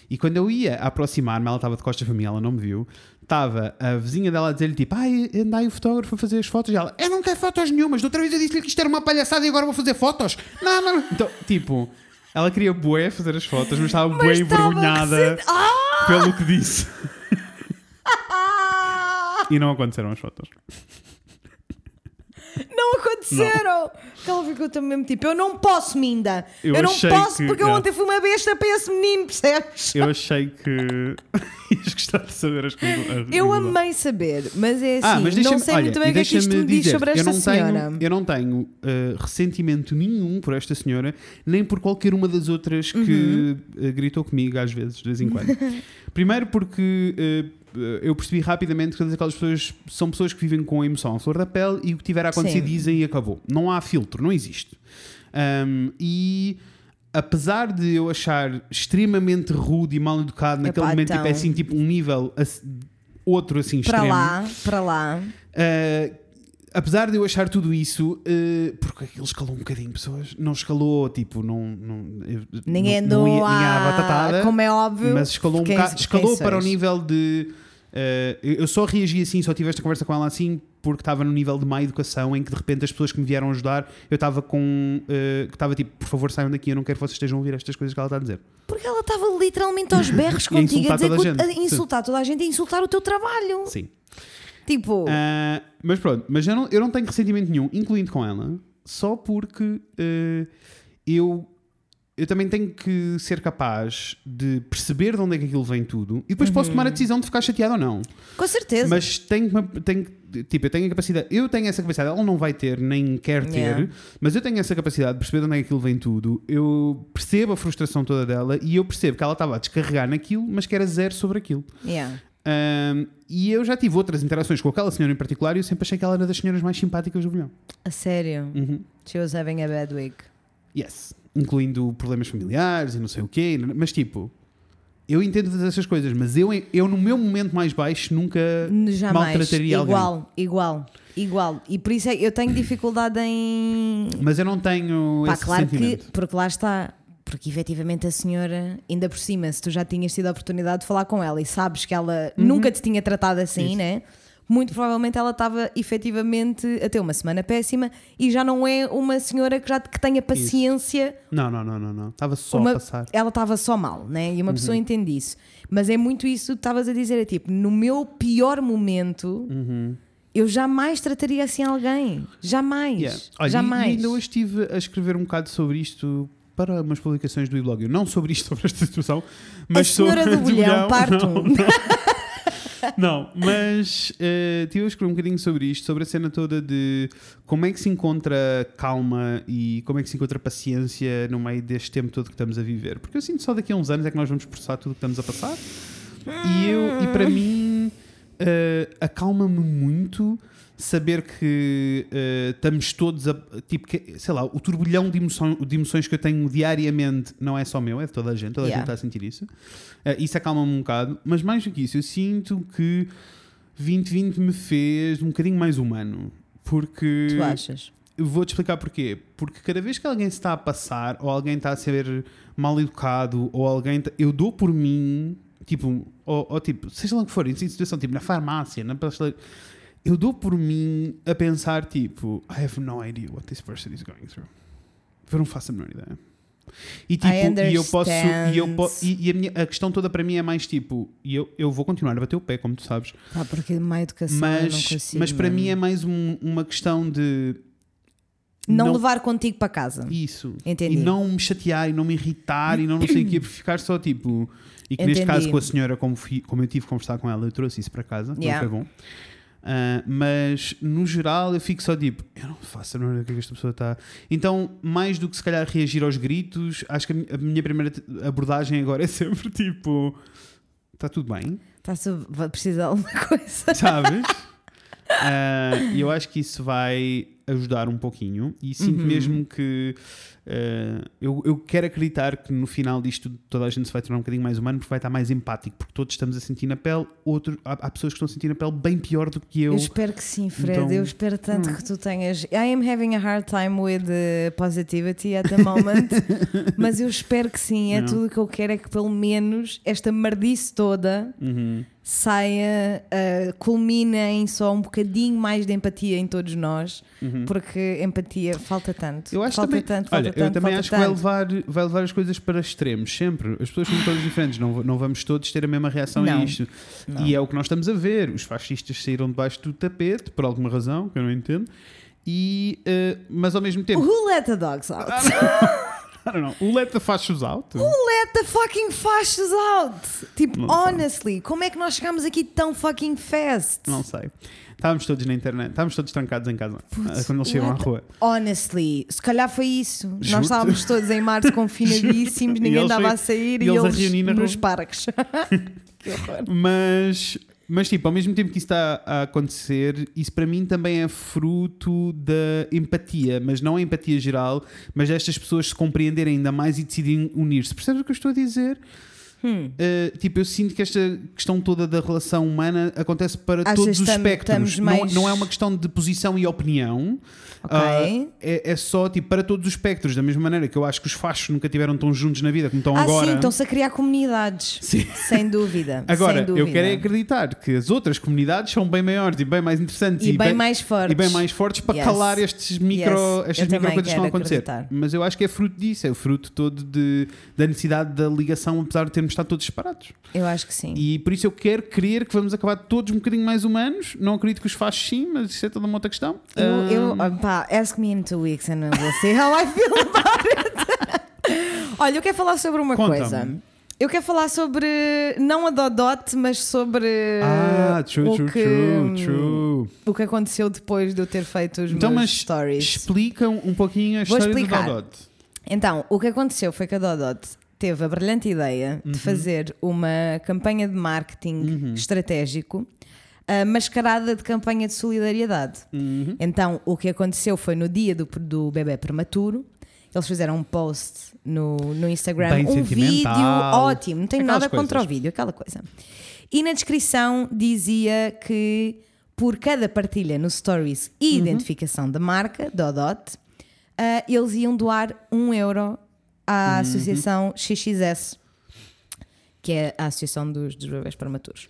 S2: E quando eu ia aproximar-me, ela estava de costas para mim, ela não me viu. Estava a vizinha dela a dizer-lhe tipo: Ai, anda aí o fotógrafo a fazer as fotos. E ela: Eu não quero fotos nenhumas. Da outra vez eu disse-lhe que isto era uma palhaçada e agora vou fazer fotos. Não, não, não. Então, tipo, ela queria bué fazer as fotos, mas estava bué
S1: estava
S2: envergonhada
S1: que se- Ah!
S2: pelo que disse.
S1: Ah!
S2: E não aconteceram as fotos.
S1: Não aconteceram! Que Ela ficou também mesmo tipo: eu não posso, Minda. Eu,
S2: Eu
S1: não
S2: achei
S1: posso
S2: que-
S1: porque eu
S2: yeah.
S1: ontem fui uma besta para esse menino, percebes?
S2: Eu achei que ias gostar de saber as coisas.
S1: Eu amei saber, mas é assim,
S2: Ah, mas deixa
S1: não sei muito bem o que é que isto me diz sobre esta
S2: eu não
S1: senhora.
S2: Tenho, um eu não tenho uh, ressentimento nenhum por esta senhora, nem por qualquer uma das outras que
S1: Uhum.
S2: uh, gritou comigo às vezes, de vez em quando. Primeiro porque uh, uh, eu percebi rapidamente que todas aquelas pessoas são pessoas que vivem com a emoção à flor da pele e o que tiver a acontecer
S1: Sim.
S2: dizem e acabou. Não há filtro, não existe. Um, e apesar de eu achar extremamente rude e mal educado naquele
S1: Epá,
S2: momento, tipo, é
S1: então.
S2: assim, tipo um nível ass- outro assim
S1: Para
S2: extremo.
S1: lá, para lá.
S2: Uh, apesar de eu achar tudo isso, uh, porque aquilo escalou um bocadinho pessoas, não escalou, tipo, não. não eu-
S1: Ninguém
S2: não,
S1: andou
S2: não ia,
S1: à-
S2: ninguém à batatada,
S1: como é óbvio.
S2: mas escalou, um
S1: quem-
S2: bocado,
S1: quem
S2: escalou
S1: sois.
S2: para o nível de. uh, eu eu só reagi assim, só tive esta conversa com ela assim, porque estava no nível de má educação, em que de repente as pessoas que me vieram ajudar, eu estava com. uh, que estava tipo, por favor saiam daqui, eu não quero que vocês estejam a ouvir estas coisas que ela está a dizer.
S1: Porque ela estava literalmente aos berros
S2: E a
S1: contigo, a,
S2: insultar
S1: dizer
S2: toda a
S1: que- a
S2: gente.
S1: insultar toda a gente e a insultar o teu trabalho.
S2: Sim.
S1: Tipo,
S2: Ah, mas pronto, mas eu não, eu não tenho ressentimento nenhum, incluindo com ela, só porque eh, eu, eu também tenho que ser capaz de perceber de onde é que aquilo vem tudo e depois posso tomar a decisão de ficar chateado ou não.
S1: com certeza.
S2: Mas tenho, que me- tenho que- tipo, eu tenho a capacidade, eu tenho essa capacidade, ela não vai ter, nem quer ter,
S1: Yeah.
S2: mas eu tenho essa capacidade de perceber de onde é que aquilo vem tudo. Eu percebo a frustração toda dela e eu percebo que ela estava a descarregar naquilo, mas que era zero sobre aquilo.
S1: Yeah.
S2: Ahm, e eu já tive outras interações com aquela senhora em particular e eu sempre achei que ela era das senhoras mais simpáticas do Bolhão.
S1: A sério.
S2: Uhum.
S1: She was having a bad week.
S2: Yes. Incluindo problemas familiares e não sei o quê. Mas tipo, eu entendo todas essas coisas, mas eu, eu no meu momento mais baixo nunca
S1: Jamais.
S2: maltrataria
S1: igual,
S2: alguém.
S1: igual, igual. E por isso é que eu tenho dificuldade em.
S2: Mas eu não tenho
S1: Pá,
S2: esse
S1: claro que.
S2: sentimento.
S1: Porque lá está. Porque efetivamente a senhora, ainda por cima, se tu já tinhas tido a oportunidade de falar com ela e sabes que ela
S2: Uhum.
S1: nunca te tinha tratado assim, né? Muito provavelmente ela estava efetivamente a ter uma semana péssima e já não é uma senhora que já que tenha paciência.
S2: Não, não, não, não, não. Estava só
S1: Uma-
S2: a passar. Uhum.
S1: Ela estava só mal, né? E uma pessoa entende isso. Mas é muito isso que tu estavas a dizer: é tipo, no meu pior momento,
S2: Uhum.
S1: eu jamais trataria assim alguém. Jamais.
S2: Yeah. Olha, e-
S1: jamais.
S2: E ainda hoje estive a escrever um bocado sobre isto para umas publicações do blog. Não sobre isto, sobre esta situação, mas
S1: a senhora
S2: sobre
S1: do bolhão, parte um.
S2: não. Não, mas eh, tive a escrever um bocadinho sobre isto, sobre a cena toda de como é que se encontra calma e como é que se encontra paciência no meio deste tempo todo que estamos a viver. Porque eu sinto só daqui a uns anos é que nós vamos processar tudo o que estamos a passar. E, eu, e para mim eh, acalma-me muito saber que eh, estamos todos a. Tipo, que, sei lá, o turbilhão de, emoção, de emoções que eu tenho diariamente não é só meu, é de toda a gente, toda a
S1: Yeah.
S2: gente está a sentir isso. Eh, isso acalma-me um bocado, mas mais do que isso, eu sinto que 2020 me fez um bocadinho mais humano. Porque.
S1: Tu achas?
S2: Eu Vou-te explicar porquê. Porque cada vez que alguém se está a passar, ou alguém está a ser mal educado, ou alguém. ta- Eu dou por mim, tipo, ou, ou tipo, seja lá o que for, em situação, tipo, na farmácia, na pastelaria. Eu dou por mim a pensar, tipo, I have no idea what this person is going through. Eu não faço a menor ideia. E tipo, e eu posso. E, eu po- e, e a, minha- a questão toda para mim é mais tipo, e eu, eu vou continuar a bater o pé, como tu sabes
S1: Ah, porque má educação eu não
S2: mas,
S1: consigo.
S2: mas para
S1: mano.
S2: mim é mais um- uma questão de
S1: Não, levar contigo para casa.
S2: isso
S1: Entendi.
S2: e não me chatear e não me irritar e não, não sei o quê, por ficar só tipo e que neste
S1: Entendi.
S2: caso com a senhora como, fi- como eu tive que conversar com ela eu trouxe isso para casa
S1: Yeah.
S2: não foi bom Ah, mas no geral eu fico só tipo, eu não faço a menor ideia do que é que esta pessoa está. Então, mais do que se calhar reagir aos gritos, acho que a mi- a minha primeira te- abordagem agora é sempre tipo: está tudo bem,
S1: Estás a Tá, precisar de alguma coisa.
S2: sabes? Ah, E eu acho que isso vai ajudar um pouquinho e sinto
S1: Uhum.
S2: mesmo que ah, eu, eu quero acreditar que no final disto tudo toda a gente se vai tornar um bocadinho mais humano porque vai estar mais empático, porque todos estamos a sentir na pele, outro, há, há pessoas que estão a sentir na pele bem pior do que eu.
S1: Eu espero que sim, Fred.
S2: Então-
S1: eu espero tanto que tu tenhas. I am having a hard time with uh, positivity at the moment, mas eu espero que sim. É
S2: Não.
S1: tudo o que eu quero é que pelo menos esta merdice toda
S2: Uhum.
S1: saia, uh, culmine em só um bocadinho mais de empatia em todos nós, porque empatia falta tanto.
S2: uhum. Hum. Eu acho
S1: falta
S2: também,
S1: tanto, falta
S2: olha,
S1: tanto,
S2: eu também
S1: falta
S2: acho
S1: tanto.
S2: que vai levar, vai levar as coisas para extremos, sempre. As pessoas são todas diferentes, não, não vamos todos ter a mesma reação a
S1: Não,
S2: isto. E é o que nós estamos a ver. Os fascistas saíram debaixo do tapete, por alguma razão, que eu não entendo. E, eh, mas ao mesmo tempo,
S1: Who let the dogs out?
S2: I don't know. O Let the Fachos Out?
S1: Let the fucking fascists out! Tipo, honestly, como é que nós chegámos aqui tão fucking fast?
S2: Não sei. Estávamos todos na internet, estávamos todos trancados em casa ah, quando eles
S1: What
S2: saíram à
S1: the-
S2: rua.
S1: Honestly, se calhar foi isso.
S2: Juro-te.
S1: Nós estávamos todos em março confinadíssimos,
S2: Juro-te. E
S1: ninguém
S2: eles
S1: estava
S2: a-
S1: a sair
S2: e
S1: e,
S2: eles
S1: eles,
S2: a reunir na
S1: nos
S2: rua. Então
S1: parques. que horror.
S2: Mas, mas, tipo, ao mesmo tempo que isso está a acontecer, isso para mim também é fruto da empatia, mas não a empatia geral, mas destas pessoas se compreenderem ainda mais e decidirem unir-se. Percebes o que eu estou a dizer?
S1: Hum.
S2: Uh, tipo, eu sinto que esta questão toda da relação humana acontece para
S1: Achas
S2: todos os
S1: tam-
S2: espectros.
S1: estamos
S2: Não,
S1: mais-
S2: não é uma questão de posição e opinião.
S1: Ok.
S2: Uh, é, é só tipo para todos os espectros. Da mesma maneira que eu acho que os fachos nunca tiveram tão juntos na vida como estão
S1: Ah,
S2: agora.
S1: sim, estão-se a criar comunidades.
S2: Sim.
S1: Sem dúvida.
S2: Agora,
S1: sem
S2: eu
S1: dúvida.
S2: quero é acreditar que as outras comunidades são bem maiores e bem mais interessantes
S1: E bem mais fortes.
S2: e bem mais fortes para
S1: Yes.
S2: calar estes micro,
S1: Yes.
S2: estas
S1: Eu também
S2: micro coisas que estão a
S1: quero
S2: acontecer.
S1: acreditar.
S2: Mas eu acho que é fruto disso, é o fruto todo de, da necessidade da ligação, apesar de termos estado todos separados.
S1: Eu acho que sim.
S2: E por isso eu quero crer que vamos acabar todos um bocadinho mais humanos. Não acredito que os faz sim, mas isso é toda uma outra questão.
S1: Eu, eu,
S2: Ahm,
S1: ah, pá, ask me in two weeks and we'll see how I feel about it. Olha, eu quero falar sobre uma
S2: Conta-me.
S1: coisa. Eu quero falar sobre, não a Dodote, mas sobre
S2: ah,
S1: o,
S2: true, true,
S1: que,
S2: true, true.
S1: o que aconteceu depois de eu ter feito os
S2: Então,
S1: meus
S2: mas
S1: stories.
S2: explicam um pouquinho a
S1: Vou
S2: história
S1: explicar.
S2: do Dodot.
S1: Então, o que aconteceu foi que a Dodote teve a brilhante ideia
S2: Uhum.
S1: de fazer uma campanha de marketing estratégico ah, mascarada de campanha de solidariedade.
S2: Uhum.
S1: Então, o que aconteceu foi no dia do, do bebê prematuro. Eles fizeram um post no, no Instagram,
S2: Bem
S1: um vídeo
S2: sentimental.
S1: ótimo, não tem
S2: Aquelas
S1: nada contra o
S2: coisas.
S1: vídeo, aquela coisa. E na descrição dizia que por cada partilha no Stories e
S2: Uhum.
S1: identificação da marca, Dodot, ah, eles iam doar um euro
S2: Uhum.
S1: à associação XXS, que é a Associação dos, dos Bebés Prematuros.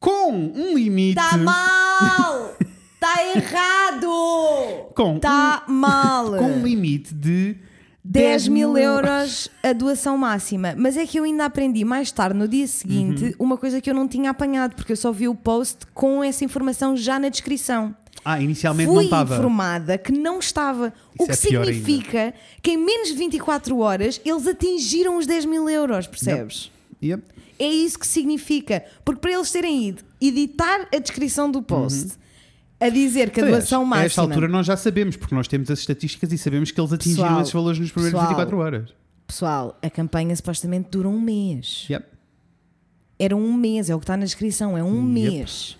S2: Com um limite.
S1: Está mal! Está errado!
S2: Com
S1: Está mal!
S2: com um limite de
S1: 10 mil euros a doação máxima. Mas é que eu ainda aprendi mais tarde, no dia seguinte,
S2: Uhum.
S1: uma coisa que eu não tinha apanhado, porque eu só vi o post com essa informação já na descrição.
S2: Ah, inicialmente não
S1: Fui
S2: estava.
S1: informada que não estava. o que
S2: Isso é pior ainda.
S1: significa que em menos de 24 horas eles atingiram os 10 mil euros, percebes?
S2: Yep. Então
S1: É isso que significa. Porque para eles terem ido editar a descrição do post a dizer que a
S2: Aliás,
S1: doação máxima.
S2: é, A Uhum. esta altura nós já sabemos, porque nós temos as estatísticas e sabemos que eles atingiram
S1: Pessoal,
S2: esses valores nos primeiros
S1: pessoal.
S2: 24 horas.
S1: Pessoal, a campanha supostamente dura um mês.
S2: Yep.
S1: Era um mês, é o que está na descrição, é um
S2: Yep.
S1: mês.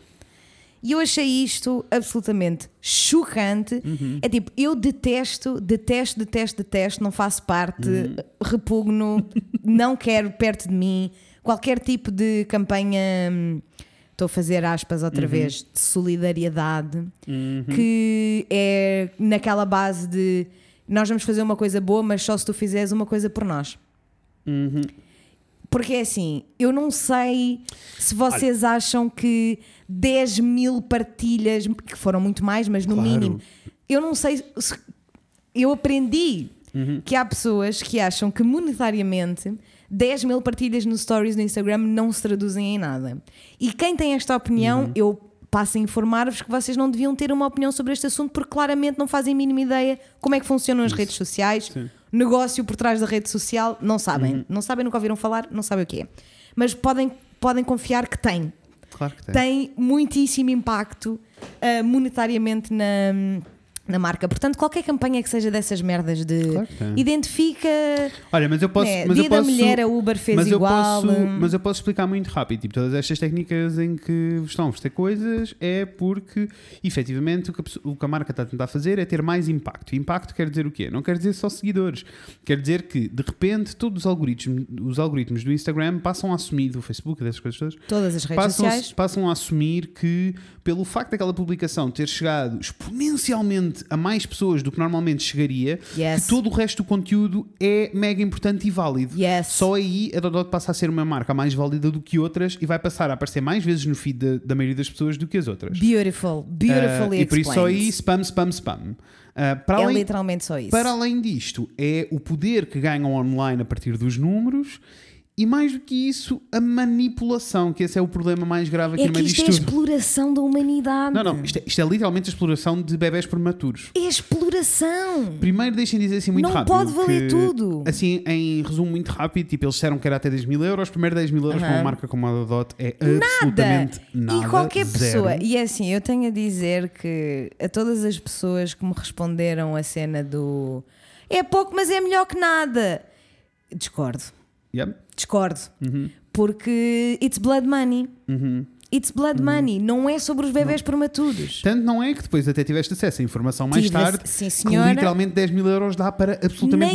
S1: E eu achei isto absolutamente chocante. É tipo, eu detesto, detesto, detesto, detesto, não faço parte, repugno, não quero perto de mim qualquer tipo de campanha. hum, Estou a fazer aspas outra vez, de solidariedade, que é naquela base de nós vamos fazer uma coisa boa, mas só se tu fizeres uma coisa por nós. Porque é assim, eu não sei se vocês acham que 10 mil partilhas, que foram muito mais, mas no
S2: Claro.
S1: mínimo, eu não sei. se- eu aprendi que há pessoas que acham que monetariamente 10 mil partilhas no stories no Instagram não se traduzem em nada. E quem tem esta opinião, eu passo a informar-vos que vocês não deviam ter uma opinião sobre este assunto porque claramente não fazem a mínima ideia como é que funcionam as redes sociais, negócio por trás da rede social, não sabem. Não sabem, nunca ouviram falar, não sabem o que é. Mas podem, podem confiar que têm
S2: Claro que tem.
S1: tem muitíssimo impacto ah, monetariamente na, na marca. Portanto, qualquer campanha que seja dessas merdas de
S2: Claro que tem.
S1: identifica.
S2: Olha, mas eu posso.
S1: Né,
S2: Mas
S1: Dia
S2: eu
S1: da
S2: posso
S1: Mulher, a Uber fez
S2: mas
S1: igual,
S2: Eu posso,
S1: hum.
S2: mas eu posso explicar muito rápido. Tipo, todas estas técnicas em que vos estão a oferecer coisas é porque, efetivamente, o que, a, pesso- o que a marca está a tentar fazer é ter mais impacto. E Impacto quer dizer o quê? Não quer dizer só seguidores. Quer dizer que, de repente, todos os algoritmos, os algoritmos do Instagram passam a assumir, do Facebook, dessas coisas todas,
S1: Todas as redes
S2: passam,
S1: sociais.
S2: passam a assumir que, pelo facto daquela publicação ter chegado exponencialmente a mais pessoas do que normalmente chegaria,
S1: Yes.
S2: que todo o resto do conteúdo é mega importante e válido.
S1: Yes.
S2: Só aí a Dodot passa a ser uma marca mais válida do que outras e vai passar a aparecer mais vezes no feed da, da maioria das pessoas do que as outras.
S1: Beautiful,
S2: Ah,
S1: beautifully
S2: e por isso só aí
S1: explained.
S2: spam, spam, spam. Ah, para,
S1: É
S2: além,
S1: literalmente só isso.
S2: para além disto, é o poder que ganham online a partir dos números E mais do que isso, a manipulação, que esse é o problema mais grave aqui
S1: É
S2: no
S1: que
S2: meio
S1: isto é
S2: disto
S1: a
S2: tudo.
S1: exploração da humanidade.
S2: Não, não, isto é, isto é literalmente a exploração de bebés prematuros.
S1: É exploração.
S2: Primeiro, deixem dizer assim muito
S1: Não
S2: rápido.
S1: pode valer
S2: que,
S1: tudo.
S2: Assim, em resumo muito rápido, tipo, eles disseram que era até 10 mil euros. Primeiro, 10 mil euros para uma
S1: Aham.
S2: marca como a Dot é
S1: Nada.
S2: absolutamente nada.
S1: E qualquer
S2: zero.
S1: pessoa. E é assim, eu tenho a dizer que a todas as pessoas que me responderam a cena do é pouco, mas é melhor que nada. Discordo.
S2: Yep.
S1: Discordo.
S2: Uhum.
S1: Porque it's blood money. It's
S2: Uhum.
S1: blood money. Não é sobre os bebés prematuros.
S2: Tanto não é que depois até tiveste acesso à informação mais
S1: Tive,
S2: tarde.
S1: sim,
S2: Que
S1: senhora.
S2: literalmente 10 mil euros dá para absolutamente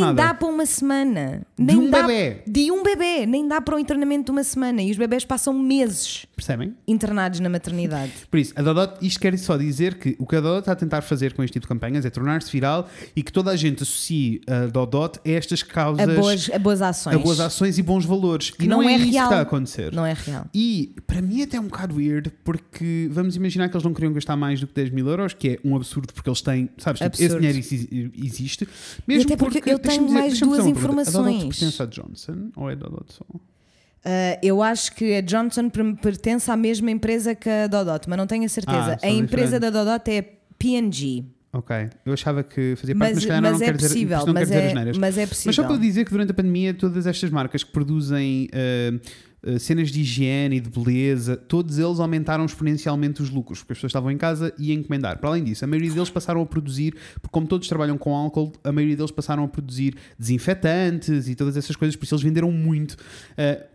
S1: nem
S2: nada.
S1: dá para uma semana.
S2: De
S1: Nem
S2: um
S1: dá-
S2: bebé.
S1: De um bebê. Nem dá para um internamento de uma semana. E os bebés passam meses
S2: Percebem?
S1: internados na maternidade.
S2: Por isso, a Dodot, isto quer só dizer que o que a Dodot está a tentar fazer com este tipo de campanhas é tornar-se viral e que toda a gente associe a Dodot a estas causas,
S1: A boas, a boas ações.
S2: a boas ações e bons valores.
S1: Que
S2: e não,
S1: não
S2: é,
S1: é
S2: isso
S1: real.
S2: que está a acontecer.
S1: Não é real.
S2: E para mim é até um bocado weird, porque vamos imaginar que eles não queriam gastar mais do que 10 mil euros, que é um absurdo, porque eles têm, sabes, tipo, esse
S1: Absurdo.
S2: dinheiro exi- existe. Mesmo
S1: até porque eu tenho
S2: deixa-me dizer-
S1: mais
S2: deixa-me fazer
S1: duas
S2: uma pergunta. A Dodot
S1: informações.
S2: pertence a Johnson ou é Dodot só?
S1: Uh, eu acho que a Johnson per- pertence à mesma empresa que a Dodot, mas não tenho a certeza.
S2: Ah, são
S1: a empresa
S2: diferentes.
S1: da Dodot é PNG.
S2: Ok, eu achava que fazia parte, mas
S1: Mas,
S2: se calhar
S1: mas
S2: não
S1: é
S2: quero dizer-
S1: possível.
S2: isto não
S1: mas,
S2: quero dizer
S1: é,
S2: as neiras.
S1: mas é
S2: Mas só
S1: possível.
S2: para dizer que durante a pandemia todas estas marcas que produzem ah, ah, cenas de higiene e de beleza, todos eles aumentaram exponencialmente os lucros, porque as pessoas estavam em casa e a encomendar. Para além disso, a maioria deles passaram a produzir, porque como todos trabalham com álcool, a maioria deles passaram a produzir desinfetantes e todas essas coisas, por isso eles venderam muito. Ah,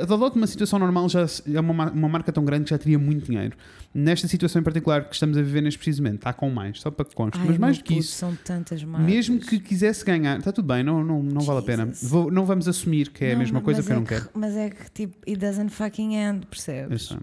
S2: a Dodot, numa situação normal, já se- é uma, ma- uma marca tão grande que já teria muito dinheiro. Nesta situação em particular que estamos a viver neste preciso momento, está com mais, só para que conste.
S1: Ai, é
S2: Mas mais
S1: meu
S2: do que
S1: puto,
S2: isso,
S1: São tantas marcas.
S2: mesmo que quisesse ganhar, está tudo bem, não, não, não vale a pena.
S1: é Jesus.
S2: Vou- não vamos assumir que é a
S1: Não,
S2: mesma coisa
S1: mas
S2: porque eu
S1: é
S2: não quero. É
S1: Mas é que tipo, it doesn't fucking end,
S2: Eu
S1: percebes?
S2: sei.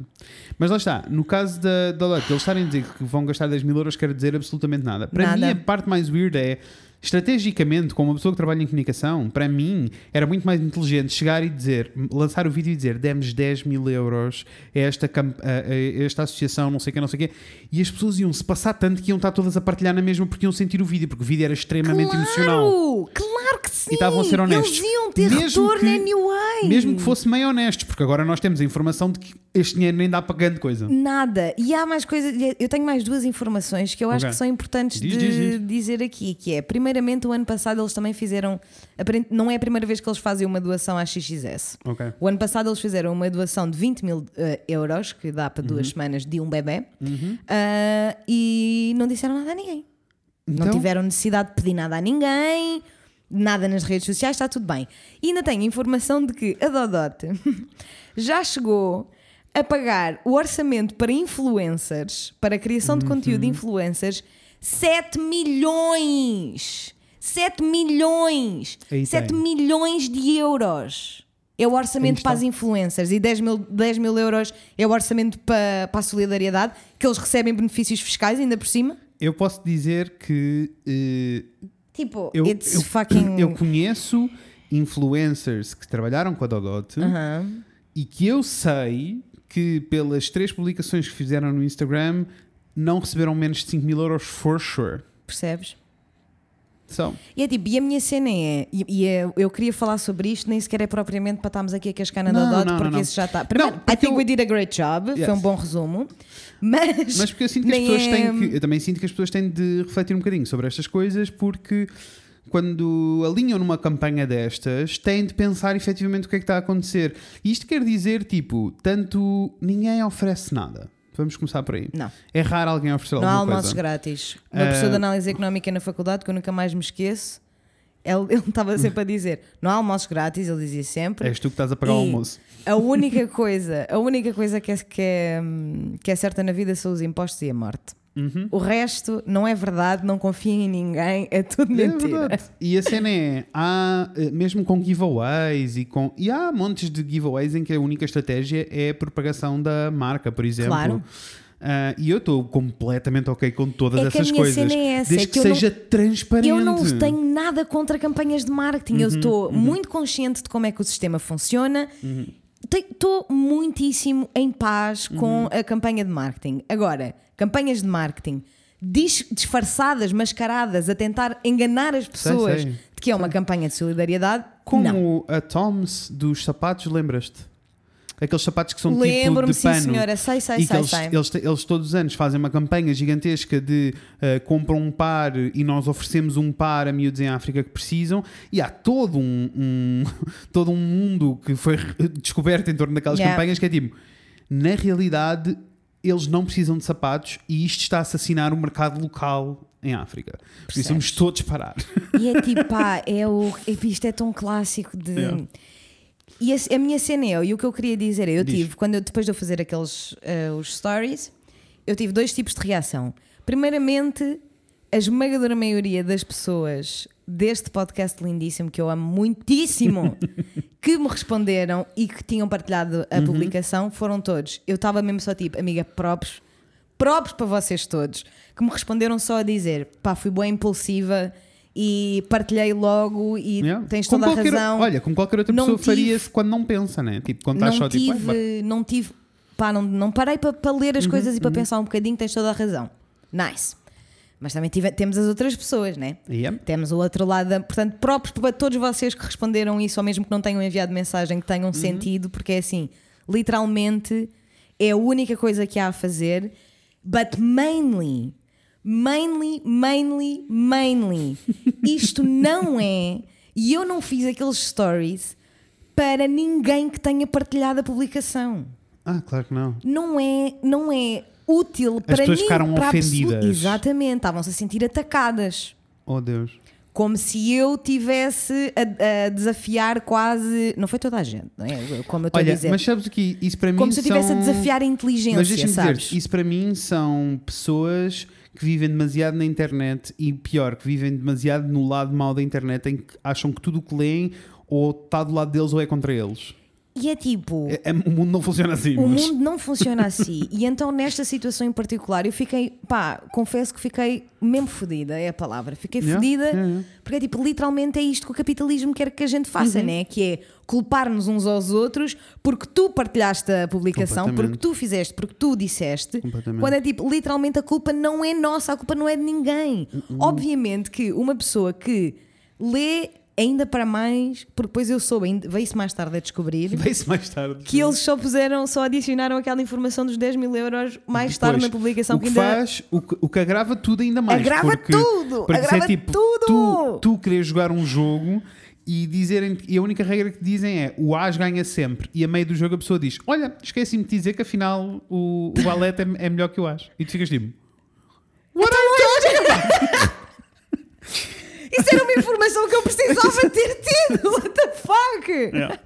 S2: Mas lá está, no caso da Dodot, eles estarem a dizer que vão gastar 10 mil euros, quer dizer absolutamente nada. Para
S1: Nada.
S2: mim, a parte mais weird é, estrategicamente, como uma pessoa que trabalha em comunicação, para mim era muito mais inteligente chegar e dizer, lançar o vídeo e dizer: demos 10 mil euros a esta, camp- a- a esta associação, não sei o que, não sei o quê, e as pessoas iam se passar tanto que iam estar todas a partilhar na mesma porque iam sentir o vídeo, porque o vídeo era extremamente
S1: claro,
S2: emocional.
S1: Claro que sim!
S2: E estavam a ser honestos.
S1: Eles iam ter
S2: Mesmo
S1: retorno
S2: que-
S1: anyway.
S2: Mesmo que fosse meio honestos, porque agora nós temos a informação de que este dinheiro nem dá para grande coisa.
S1: Nada. E há mais coisas. Eu tenho mais duas informações que eu acho
S2: Ok.
S1: que são importantes
S2: Diz,
S1: de
S2: diz,
S1: dizer aqui, que é, primeiramente, o ano passado eles também fizeram. aparent- Não é a primeira vez que eles fazem uma doação à XXS.
S2: Ok.
S1: O ano passado eles fizeram uma doação de 20 mil eh, euros, que dá para duas
S2: Uhum.
S1: semanas de um bebê, Ah, e não disseram nada a ninguém. Não
S2: Então?
S1: tiveram necessidade de pedir nada a ninguém, nada nas redes sociais, está tudo bem. E ainda tenho informação de que a Dodote já chegou a pagar o orçamento para influencers, para a criação de conteúdo
S2: Uhum.
S1: de influencers, 7 milhões! 7 milhões!
S2: Aí
S1: 7
S2: tem.
S1: milhões de euros! É o orçamento
S2: está.
S1: para as influencers e 10 mil, 10 mil euros é o orçamento para, para a solidariedade, que eles recebem benefícios fiscais ainda por cima.
S2: Eu posso dizer que eh,
S1: Tipo,
S2: eu,
S1: it's
S2: eu-
S1: fucking.
S2: eu conheço influencers que trabalharam com a Dodot
S1: Aham.
S2: e que eu sei que pelas três publicações que fizeram no Instagram não receberam menos de 5 mil euros for sure.
S1: Percebes?
S2: São.
S1: E é tipo, e a minha cena é. E, e é- eu queria falar sobre isto, nem sequer é propriamente para estarmos aqui a cascar na
S2: Não,
S1: Dodot,
S2: não, não,
S1: porque
S2: não.
S1: isso já está. Primeiro,
S2: Não, porque
S1: I think
S2: eu-
S1: we did a great job,
S2: Yes.
S1: foi um bom resumo. Mas.
S2: Mas porque eu sinto que as
S1: nem
S2: pessoas
S1: é-
S2: têm que. Eu também sinto que as pessoas têm de refletir um bocadinho sobre estas coisas, porque quando alinham numa campanha destas, têm de pensar efetivamente o que é que está a acontecer. E isto quer dizer, tipo, tanto ninguém oferece nada. Vamos começar por aí.
S1: Não,
S2: É raro alguém oferecer
S1: não há
S2: alguma
S1: almoços
S2: coisa. Eh,
S1: grátis. Uma pessoa de análise económica na faculdade, que eu nunca mais me esqueço, ele ele estava sempre a dizer: não há almoços grátis, ele dizia sempre.
S2: És tu que estás a pagar o
S1: E
S2: almoço.
S1: A única coisa, a única coisa que é, que, é, hum, que é certa na vida são os impostos e a morte.
S2: Uhum.
S1: O resto não é verdade, não confiem em ninguém, é tudo
S2: É
S1: mentira.
S2: verdade. E a cena é, há, eh, mesmo com giveaways e com. E há montes de giveaways em que a única estratégia é a propagação da marca, por exemplo.
S1: Claro.
S2: Ah, e eu estou completamente ok com todas
S1: É que a
S2: essas
S1: minha
S2: coisas.
S1: cena é essa,
S2: desde
S1: é
S2: que,
S1: que eu
S2: seja transparente.
S1: Eu não tenho nada contra campanhas de marketing,
S2: Uhum,
S1: eu estou muito consciente de como é que o sistema funciona.
S2: Uhum.
S1: Te- Estou muitíssimo em paz
S2: Uhum.
S1: com a campanha de marketing. Agora, campanhas de marketing dis- disfarçadas, mascaradas, a tentar enganar as pessoas
S2: sei.
S1: de que é uma campanha de solidariedade,
S2: Como a Toms dos sapatos, lembras-te? Aqueles sapatos que são tipo
S1: Lembro-me,
S2: de
S1: sim,
S2: pano.
S1: senhora. Sei, sei,
S2: e que
S1: sei,
S2: eles,
S1: sei.
S2: eles, te- eles todos os anos fazem uma campanha gigantesca de eh, compram um par e nós oferecemos um par a miúdos em África que precisam e há todo um, um- todo um mundo que foi re- descoberto em torno daquelas
S1: Yeah.
S2: campanhas que é tipo na realidade eles não precisam de sapatos e isto está a assassinar o mercado local em África precisamos todos parar
S1: E é tipo, pá, é o. é, Isto é tão clássico de.
S2: Yeah.
S1: E a, a minha cena é, e o que eu queria dizer é, eu
S2: Diz.
S1: tive, quando eu, depois de eu fazer aqueles eh, os stories, eu tive dois tipos de reação. Primeiramente, a esmagadora maioria das pessoas deste podcast lindíssimo, que eu amo muitíssimo, que me responderam e que tinham partilhado
S2: Uhum.
S1: a publicação, foram todos. Eu estava mesmo só tipo, amiga, próprios, próprios para vocês todos, que me responderam só a dizer, pá, fui boa impulsiva e partilhei logo e
S2: Yeah.
S1: tens
S2: Como
S1: toda a
S2: qualquer-
S1: razão
S2: olha como qualquer outra
S1: Não
S2: pessoa
S1: tive-
S2: faria-se quando não pensa né tipo quando estás
S1: não
S2: só tipo "Ai, Uhum, bora."
S1: tive, não tive, pá, não, não parei para ler as coisas e para pensar um bocadinho, tens toda a razão. Nice. Mas também tive- temos as outras pessoas, né?
S2: Yeah.
S1: Temos o outro lado, da- portanto, próprios para todos vocês que responderam isso, ou mesmo que não tenham enviado mensagem, que
S2: Uhum.
S1: tenham sentido, porque é assim, literalmente é a única coisa que há a fazer, but mainly, mainly, mainly, mainly, isto não é, e eu não fiz aqueles stories para ninguém que tenha partilhado a publicação
S2: ah claro que não
S1: não é, não é útil para
S2: pessoas
S1: mim,
S2: ficaram
S1: para a pessoa-
S2: ofendidas.
S1: Exatamente, estavam-se a sentir atacadas.
S2: oh Deus
S1: Como se eu tivesse a, a desafiar quase. Não foi toda a gente, não é? Como eu estou a
S2: Olha,
S1: dizer.
S2: mas sabes o que isso para mim
S1: Como se eu estivesse
S2: são...
S1: a desafiar a
S2: Mas
S1: inteligência,
S2: deixa-me
S1: sabes?
S2: dizer, isso para mim são pessoas que vivem demasiado na internet e pior, que vivem demasiado no lado mau da internet em que acham que tudo o que leem ou está do lado deles ou é contra eles.
S1: E é tipo.
S2: É- é- o mundo não funciona assim,
S1: O
S2: mas
S1: mundo não funciona assim. E então, nesta situação em particular, eu fiquei, pá, confesso que fiquei mesmo fodida, é a palavra. Fiquei
S2: Yeah,
S1: fodida,
S2: yeah, yeah.
S1: porque é tipo, literalmente é isto que o capitalismo quer que a gente faça,
S2: Uhum.
S1: né? Que é culpar-nos uns aos outros porque tu partilhaste a publicação,
S2: Completamente.
S1: porque tu fizeste, porque tu disseste.
S2: Completamente.
S1: Quando é tipo, literalmente a culpa não é nossa, a culpa não é de ninguém.
S2: Uhum.
S1: Obviamente que uma pessoa que lê. Ainda para mais, porque depois eu soube, ainda- veio-se mais tarde a descobrir
S2: veio-se mais tarde.
S1: que eles só puseram, só adicionaram aquela informação dos 10 mil euros mais tarde
S2: Depois,
S1: na publicação.
S2: o que
S1: ainda-
S2: faz, o que, o que agrava tudo ainda mais.
S1: Agrava
S2: porque,
S1: tudo,
S2: Porque se é
S1: agrava
S2: tipo,
S1: tudo.
S2: Tu, tu queres jogar um jogo e dizerem e a única regra que dizem é o As ganha sempre. E a meio do jogo a pessoa diz: Olha, esqueci-me de dizer que afinal o, o Alete é, é melhor que o As. E tu ficas tipo. What are you talking about?
S1: Isso era uma informação que eu precisava ter tido. What the fuck?
S2: Yeah.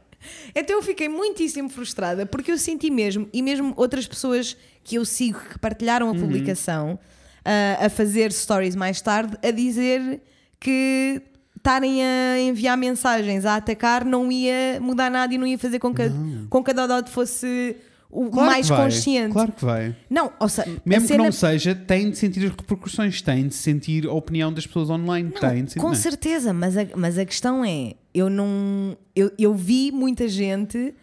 S1: Então eu fiquei muitíssimo frustrada porque eu senti mesmo, e mesmo outras pessoas que eu sigo que partilharam a
S2: Uhum.
S1: publicação ah, a fazer stories mais tarde, a dizer que estarem a enviar mensagens a atacar não ia mudar nada e não ia fazer com que, a- com que a Dodot fosse o
S2: Claro
S1: mais
S2: que vai,
S1: consciente.
S2: Claro que vai.
S1: Não, ou seja,
S2: Mesmo
S1: a cena,
S2: que não seja, tem de sentir as repercussões, tem de sentir a opinião das pessoas online, tem de sentir.
S1: com
S2: não é?
S1: certeza, mas a, mas a questão é, eu não, eu, eu vi muita gente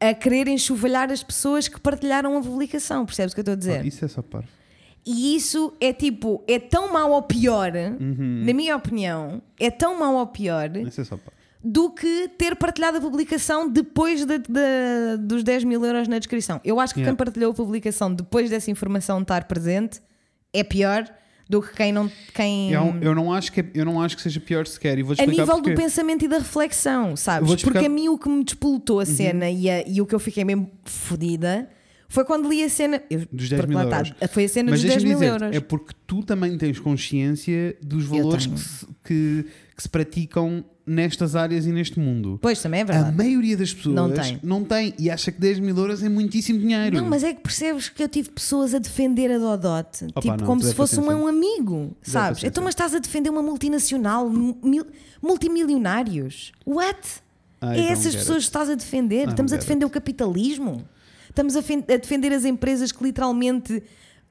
S1: a querer enxovalhar as pessoas que partilharam a publicação, percebes o que eu estou a dizer?
S2: Ah, Isso é só parvo.
S1: E isso é tipo, é tão mau ou pior,
S2: Uhum.
S1: na minha opinião, é tão mau ou pior
S2: Isso é só parvo.
S1: do que ter partilhado a publicação depois da- da- dos 10 mil euros na descrição. Eu acho que
S2: Yeah.
S1: quem partilhou a publicação depois dessa informação estar presente é pior do que quem não. Quem...
S2: Eu, É um, eu, não acho que, eu não acho que seja pior sequer. E vou
S1: a
S2: explicar
S1: nível
S2: porquê.
S1: do pensamento e da reflexão,
S2: Eu vou
S1: sabes?
S2: te explicar- Uhum.
S1: Porque a mim o que me despolutou a cena e, a- e o que eu fiquei mesmo fodida foi quando li a cena. Eu,
S2: Dos 10
S1: porque
S2: mil
S1: lá está,
S2: euros.
S1: Foi a cena
S2: Mas
S1: dos 10
S2: deixa-me
S1: mil
S2: dizer,
S1: euros.
S2: É porque tu também tens consciência dos valores
S1: tenho.
S2: que se, que- que se praticam nestas áreas e neste mundo.
S1: Pois também é
S2: A
S1: verdade.
S2: maioria das pessoas
S1: Não tem.
S2: não tem e acha que 10 mil euros é muitíssimo dinheiro.
S1: Não, mas é que percebes que eu tive pessoas a defender a Dodote,
S2: Opa,
S1: tipo
S2: não,
S1: como
S2: zero
S1: se fosse um,
S2: paciência.
S1: um amigo,
S2: Zero
S1: sabes?
S2: paciência.
S1: Então, mas estás a defender uma multinacional, mu- mil- multimilionários. What?
S2: I
S1: é
S2: don't
S1: essas
S2: Ah, então get
S1: pessoas
S2: it.
S1: que estás a defender?
S2: don't
S1: Estamos a
S2: get
S1: defender o capitalismo? Estamos a, fen- a defender as empresas que literalmente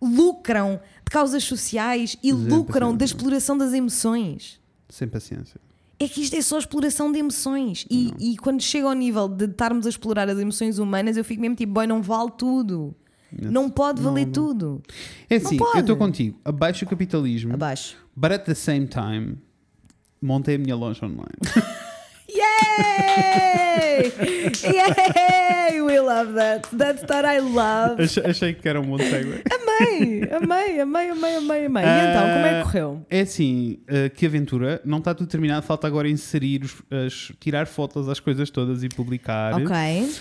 S1: lucram de causas sociais e
S2: Zero
S1: lucram da
S2: paciência.
S1: exploração das emoções?
S2: Sem paciência.
S1: É que isto é só exploração de emoções. E, e quando chega ao nível de estarmos a explorar as emoções humanas, eu fico mesmo tipo, boy, não vale tudo. Não pode valer tudo.
S2: É assim,
S1: pode.
S2: eu estou contigo. Abaixo o capitalismo,
S1: Abaixo.
S2: but at the same time, montei a minha loja online.
S1: Yay! Yay! Yay! We love that. That's that I love.
S2: Achei, achei que era um bom segue.
S1: Amei, amei, amei, amei, amei, amei. E
S2: Ah.
S1: então, como é que correu?
S2: É assim, eh, que aventura. Não está tudo terminado, falta agora inserir, os- as- tirar fotos às coisas todas e publicar.
S1: Ok.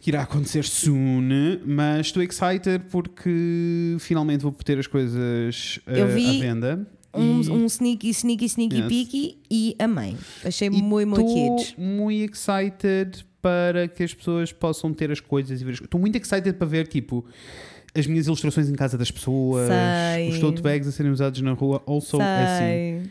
S2: Que irá acontecer soon. Mas estou excited porque finalmente vou ter as coisas eh,
S1: Eu vi
S2: à venda.
S1: Um,
S2: E-
S1: um sneaky, sneaky, sneaky
S2: Yes.
S1: peaky e amei. Achei
S2: e
S1: muito, muito kids.
S2: Estou muito excited para que as pessoas possam ter as coisas e ver as Estou muito excited para ver, tipo, as minhas ilustrações em casa das pessoas,
S1: Sei.
S2: os tote bags a serem usados na rua. Also, é assim.
S1: Sei.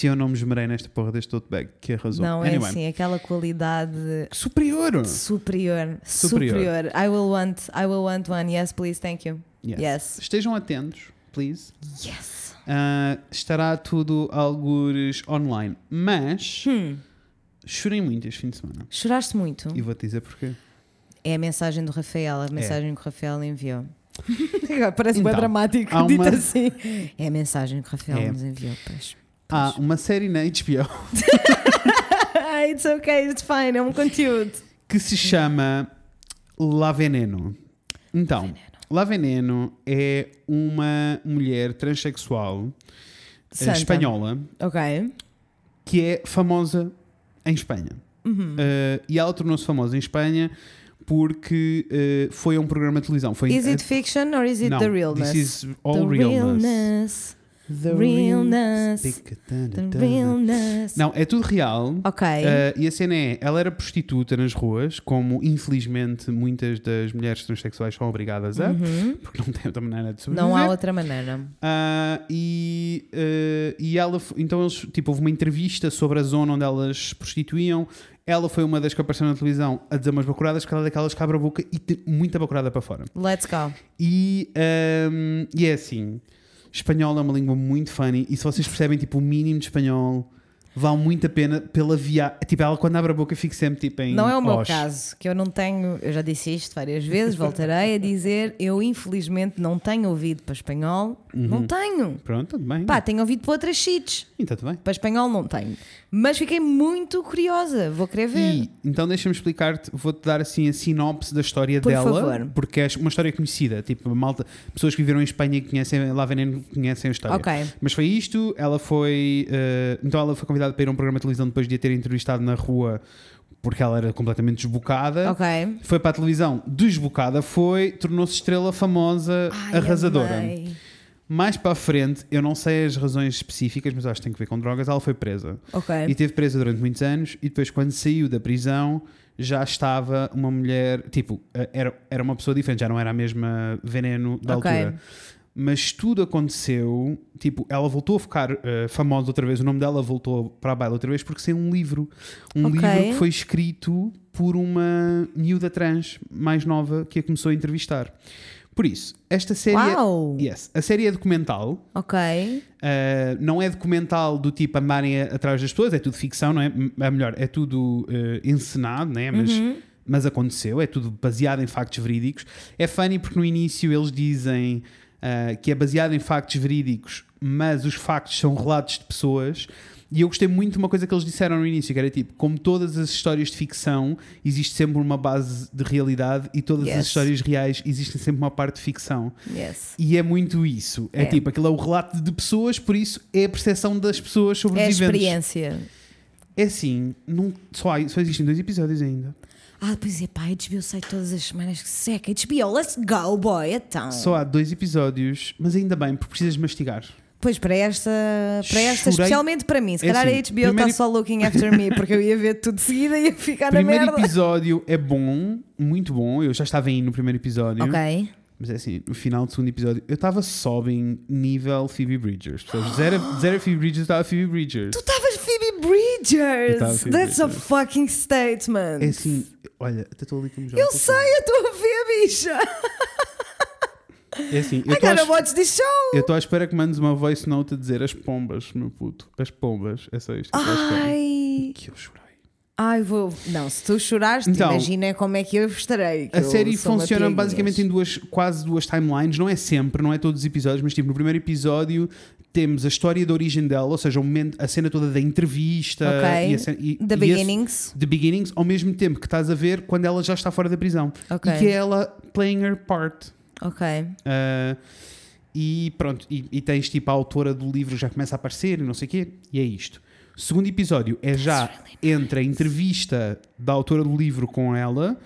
S2: Se eu não me esmerei nesta porra deste tote bag, que arrasou.
S1: Não, é
S2: anyway,
S1: assim, aquela qualidade
S2: Superior!
S1: superior,
S2: Hum. Superior.
S1: superior. I will want, I will want one. Yes, please, thank you.
S2: Yes.
S1: Yes.
S2: Estejam atentos, please.
S1: Yes.
S2: Ah, estará tudo algures online. Mas
S1: Hmm.
S2: chorei muito este fim de semana.
S1: Choraste muito.
S2: E vou-te dizer porquê.
S1: É a mensagem do Rafael, a mensagem que o Rafael enviou. Parece
S2: É. Então,
S1: bem dramático,
S2: há
S1: dito
S2: uma-
S1: assim. É a mensagem que o Rafael
S2: É.
S1: nos enviou. Pois.
S2: Há uma série na HBO
S1: Ah, it's okay, it's fine, é um conteúdo.
S2: que se chama La Veneno. Então, La Veneno é uma mulher transexual eh,
S1: Santa.
S2: espanhola
S1: Ok.
S2: que é famosa em Espanha.
S1: Uhum.
S2: Eh, e ela tornou-se famosa em Espanha porque eh, foi a um programa de televisão. Foi
S1: Is
S2: eh,
S1: it fiction or is it
S2: não,
S1: the realness?
S2: This is all
S1: the
S2: realness.
S1: realness.
S2: The
S1: realness. The
S2: realness.
S1: realness.
S2: Não, é tudo real.
S1: Ok.
S2: Eh, e a cena é, ela era prostituta nas ruas, como infelizmente muitas das mulheres transexuais são obrigadas a, porque não tem outra maneira de sobreviver.
S1: Uhum. não há outra maneira.
S2: Ah, e, eh, e ela, f- então eles, tipo, houve uma entrevista sobre a zona onde elas se prostituíam. Ela foi uma das que apareceu na televisão a dizer umas bacuradas, que ela é daquelas que abre a boca e tem muita bacurada para fora.
S1: Let's go.
S2: E, ahm, e é assim: espanhol é uma língua muito funny, e se vocês percebem tipo, o mínimo de espanhol, vale muito a pena pela viagem. Tipo, ela quando abre a boca fica sempre tipo em.
S1: Não é o meu
S2: Osh.
S1: caso, que eu não tenho, eu já disse isto várias vezes, voltarei a dizer, eu infelizmente não tenho ouvido para espanhol, não tenho.
S2: Uhum. Pronto, tudo bem.
S1: Pá, tenho ouvido para outras sheets,
S2: Então, tudo bem.
S1: para espanhol não tenho. Mas fiquei muito curiosa, vou querer ver.
S2: E, então deixa-me explicar-te, vou-te dar assim a sinopse da história
S1: Por
S2: dela,
S1: favor.
S2: porque é uma história conhecida, tipo, malta, pessoas que viveram em Espanha e que conhecem lá veneno conhecem a história.
S1: Ok.
S2: Mas foi isto, ela foi, eh, então ela foi convidada para ir a um programa de televisão depois de a ter entrevistado na rua, porque ela era completamente desbocada.
S1: Ok.
S2: Foi para a televisão, desbocada foi, tornou-se estrela famosa,
S1: Ai,
S2: arrasadora.
S1: amei.
S2: Mais para a frente, eu não sei as razões específicas, mas acho que tem que ver com drogas, ela foi presa.
S1: Ok.
S2: E teve presa durante muitos anos e depois quando saiu da prisão já estava uma mulher, tipo, eh, era, era uma pessoa diferente, já não era a mesma veneno da
S1: Ok.
S2: altura. Mas tudo aconteceu, tipo, ela voltou a ficar eh, famosa outra vez, o nome dela voltou para a baila outra vez porque saiu um livro. Um
S1: Ok.
S2: livro que foi escrito por uma miúda trans mais nova que a começou a entrevistar. Por isso, esta série. é-
S1: Uau!
S2: Yes, a série é documental,
S1: Ok.
S2: Uh, não é documental do tipo andarem a- atrás das pessoas, é tudo ficção, não é? M- É melhor, é tudo uh, encenado, né? mas, mas aconteceu, é tudo baseado em factos verídicos. É funny porque no início eles dizem uh, que é baseado em factos verídicos, mas os factos são relatos de pessoas. E eu gostei muito de uma coisa que eles disseram no início, que era tipo, como todas as histórias de ficção, existe sempre uma base de realidade e todas
S1: Yes.
S2: as histórias reais existem sempre uma parte de ficção.
S1: Yes.
S2: E é muito isso. É,
S1: É.
S2: tipo, aquilo é o relato de pessoas, por isso é a percepção das pessoas sobre
S1: É a
S2: os eventos.
S1: experiência.
S2: É assim, não, só, há- só existem dois episódios ainda.
S1: Ah, pois é, pá, HBO sai todas as semanas que seca. HBO, let's go, boy, então.
S2: Só há dois episódios, mas ainda bem, porque precisas mastigar.
S1: Pois, para esta, para esta
S2: Chorei.
S1: especialmente para mim. Se
S2: É
S1: calhar
S2: assim,
S1: a HBO está tá
S2: primeiro-
S1: só looking after me, porque eu ia ver tudo de seguida e ia ficar
S2: primeiro
S1: na Ah, merda.
S2: episódio é bom, muito bom. Eu já estava aí no primeiro episódio.
S1: Ok.
S2: Mas é assim, no final do segundo episódio, eu estava sobbing nível Phoebe Bridgers. Pessoas, zero, zero Phoebe Bridgers, estava Phoebe Bridgers.
S1: Tu estavas Phoebe
S2: Eu tava
S1: Bridgers!
S2: Phoebe
S1: That's a
S2: Bridgers.
S1: fucking statement.
S2: É assim, olha, até estou ali como já.
S1: Eu sei, eu estou a ver, bicha!
S2: É assim, eu
S1: I
S2: estou a
S1: gotta watch this show!
S2: Eu estou à espera que mandes uma voice note a dizer as pombas, meu puto. As pombas. É só é isto que eu estou à espera.
S1: Ai!
S2: Que eu chorei.
S1: Ai, vou. Não, se tu chorares,
S2: Então,
S1: imagina como é que eu estarei. que
S2: A
S1: eu
S2: série
S1: sou uma
S2: funciona
S1: piaguinhas.
S2: basicamente em duas, quase duas timelines, não é sempre, não é todos os episódios, mas tipo, no primeiro episódio temos a história da origem dela, ou seja, o momento, a cena toda da entrevista
S1: Ok.
S2: e a cena- e-
S1: The
S2: e esse-
S1: Beginnings.
S2: The Beginnings, ao mesmo tempo que estás a ver quando ela já está fora da prisão.
S1: Ok.
S2: E que é ela playing her part.
S1: Ok.
S2: Ah, e pronto, e, e tens tipo a autora do livro já começa a aparecer e não sei o quê, e é isto. O segundo episódio é já entre a entrevista da autora do livro com ela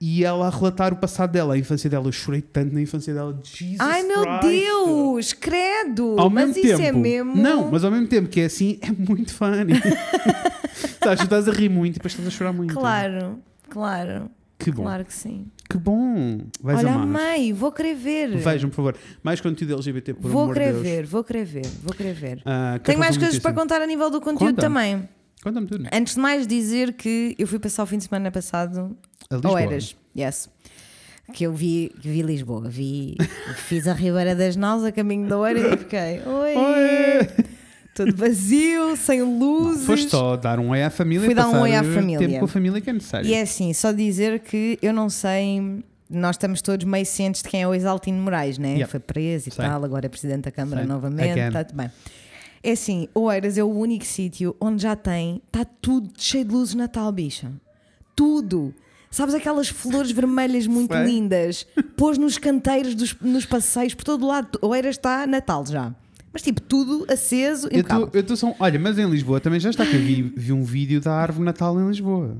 S2: e ela a relatar o passado dela, a infância dela. Eu chorei tanto na infância dela. Jesus
S1: Ai meu
S2: Christ.
S1: Deus, credo!
S2: Ao
S1: mas
S2: mesmo
S1: isso
S2: tempo,
S1: é mesmo.
S2: Não, mas ao mesmo tempo que é assim, é muito funny. Sabes, tu estás a rir muito e depois estás a chorar muito.
S1: Claro, claro,
S2: Então. Que bom.
S1: claro que sim.
S2: Que bom. Vais
S1: Olha,
S2: amar.
S1: amei, vou querer ver.
S2: Vejam, por favor. Mais conteúdo LGBT, por
S1: vou
S2: amor de
S1: querer
S2: Deus.
S1: ver, vou querer ver, vou querer ver.
S2: Ah, que é
S1: Tenho mais
S2: para
S1: coisas para
S2: prometer
S1: contar a nível do conteúdo
S2: Conta.
S1: também.
S2: sempre. Conta-me tudo.
S1: Antes de mais dizer que eu fui passar o fim de semana passado
S2: A Lisboa.
S1: Ou eras? Yes. Que eu vi, que vi Lisboa, vi, fiz a Ribeira das Naus a caminho da hora e fiquei, oi,
S2: Oi!
S1: tudo vazio, sem luzes.
S2: Foste só dar um oi à família
S1: Fui
S2: e
S1: dar um
S2: passar
S1: oi à
S2: o
S1: família.
S2: tempo com a família que é necessário.
S1: E é assim, só dizer que eu não sei, nós estamos todos meio cientes de quem é o Exaltino Moraes, né?
S2: Yep.
S1: Foi preso e
S2: Sei.
S1: tal, agora é presidente da Câmara
S2: Sei.
S1: novamente,
S2: Again.
S1: está tudo bem. É assim, Oeiras é o único sítio onde já tem, está tudo cheio de luzes de Natal, bicha. Tudo. Sabes aquelas flores vermelhas muito
S2: Sei.
S1: lindas? Pôs nos canteiros, dos- nos passeios, por todo lado. Oeiras está Natal já. Mas tipo, tudo aceso e
S2: Eu tô- eu estou só. um, Olha, mas em Lisboa também já está que eu vi, vi um vídeo da árvore de Natal em Lisboa.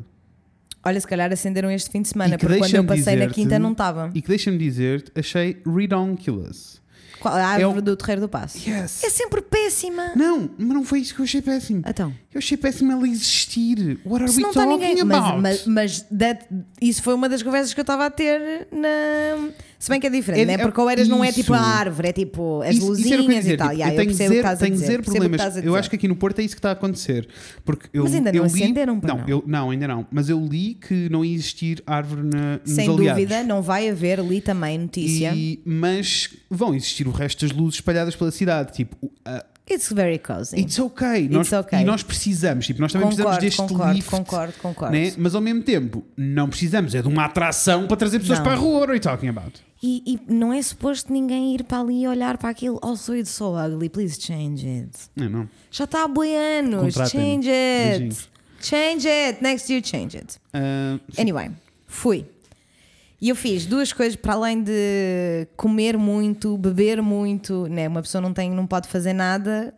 S1: Olha, se calhar acenderam este fim de
S2: E
S1: semana,
S2: que
S1: porque quando eu
S2: deixa-me
S1: passei na
S2: dizer-te-
S1: quinta não estava.
S2: E que deixa-me dizer-te, achei redonkulous.
S1: Qual, a árvore
S2: o-
S1: do Terreiro do Passo.
S2: Yes.
S1: É sempre péssima.
S2: Não, mas não foi isso que eu achei péssimo.
S1: Então.
S2: Eu achei péssimo ela existir. What are
S1: Se
S2: we
S1: não está
S2: talking
S1: ninguém.
S2: about?
S1: Mas, mas, mas that- isso foi uma das conversas que eu estava a ter na. Se bem que é diferente,
S2: É-
S1: né?
S2: é-
S1: Porque o Eras não é tipo a
S2: isso.
S1: árvore, é tipo as
S2: Isso- isso era o que eu ia
S1: luzinhas
S2: dizer,
S1: e tal.
S2: tipo,
S1: Yeah,
S2: eu tenho
S1: percebo o que
S2: zero,
S1: estás a
S2: tenho
S1: dizer,
S2: zero
S1: percebo o que
S2: problemas.
S1: estás a
S2: Eu
S1: dizer.
S2: acho que aqui no Porto é isso que está a acontecer. Porque eu,
S1: Mas ainda não
S2: eu li,
S1: acenderam, pá,
S2: não,
S1: não.
S2: eu- não, ainda não. Mas eu li que não ia existir árvore na, é nos
S1: Sem
S2: oleados.
S1: dúvida, não vai haver ali também notícia.
S2: E- mas vão existir o resto das luzes espalhadas pela cidade. Tipo, uh,
S1: It's very cozy.
S2: it's okay. Nós,
S1: okay.
S2: E nós precisamos. Tipo, nós também
S1: Concordo,
S2: precisamos deste
S1: concordo,
S2: lift.
S1: concordo, concordo.
S2: né? Mas ao mesmo tempo, não precisamos. É de uma atração para trazer pessoas
S1: Não.
S2: para a rua. What are you talking about?
S1: E, e não é suposto ninguém ir para ali e olhar para aquilo. Oh, so it's so ugly, please change it.
S2: Não, não.
S1: Já está há boi anos.
S2: Contratem-me.
S1: Change it.
S2: né? Beijinhos.
S1: Change it. Next year, change it.
S2: Ah,
S1: Anyway, fui. E eu fiz duas coisas para além de comer muito, beber muito, né? Uma pessoa não tem, não pode fazer nada,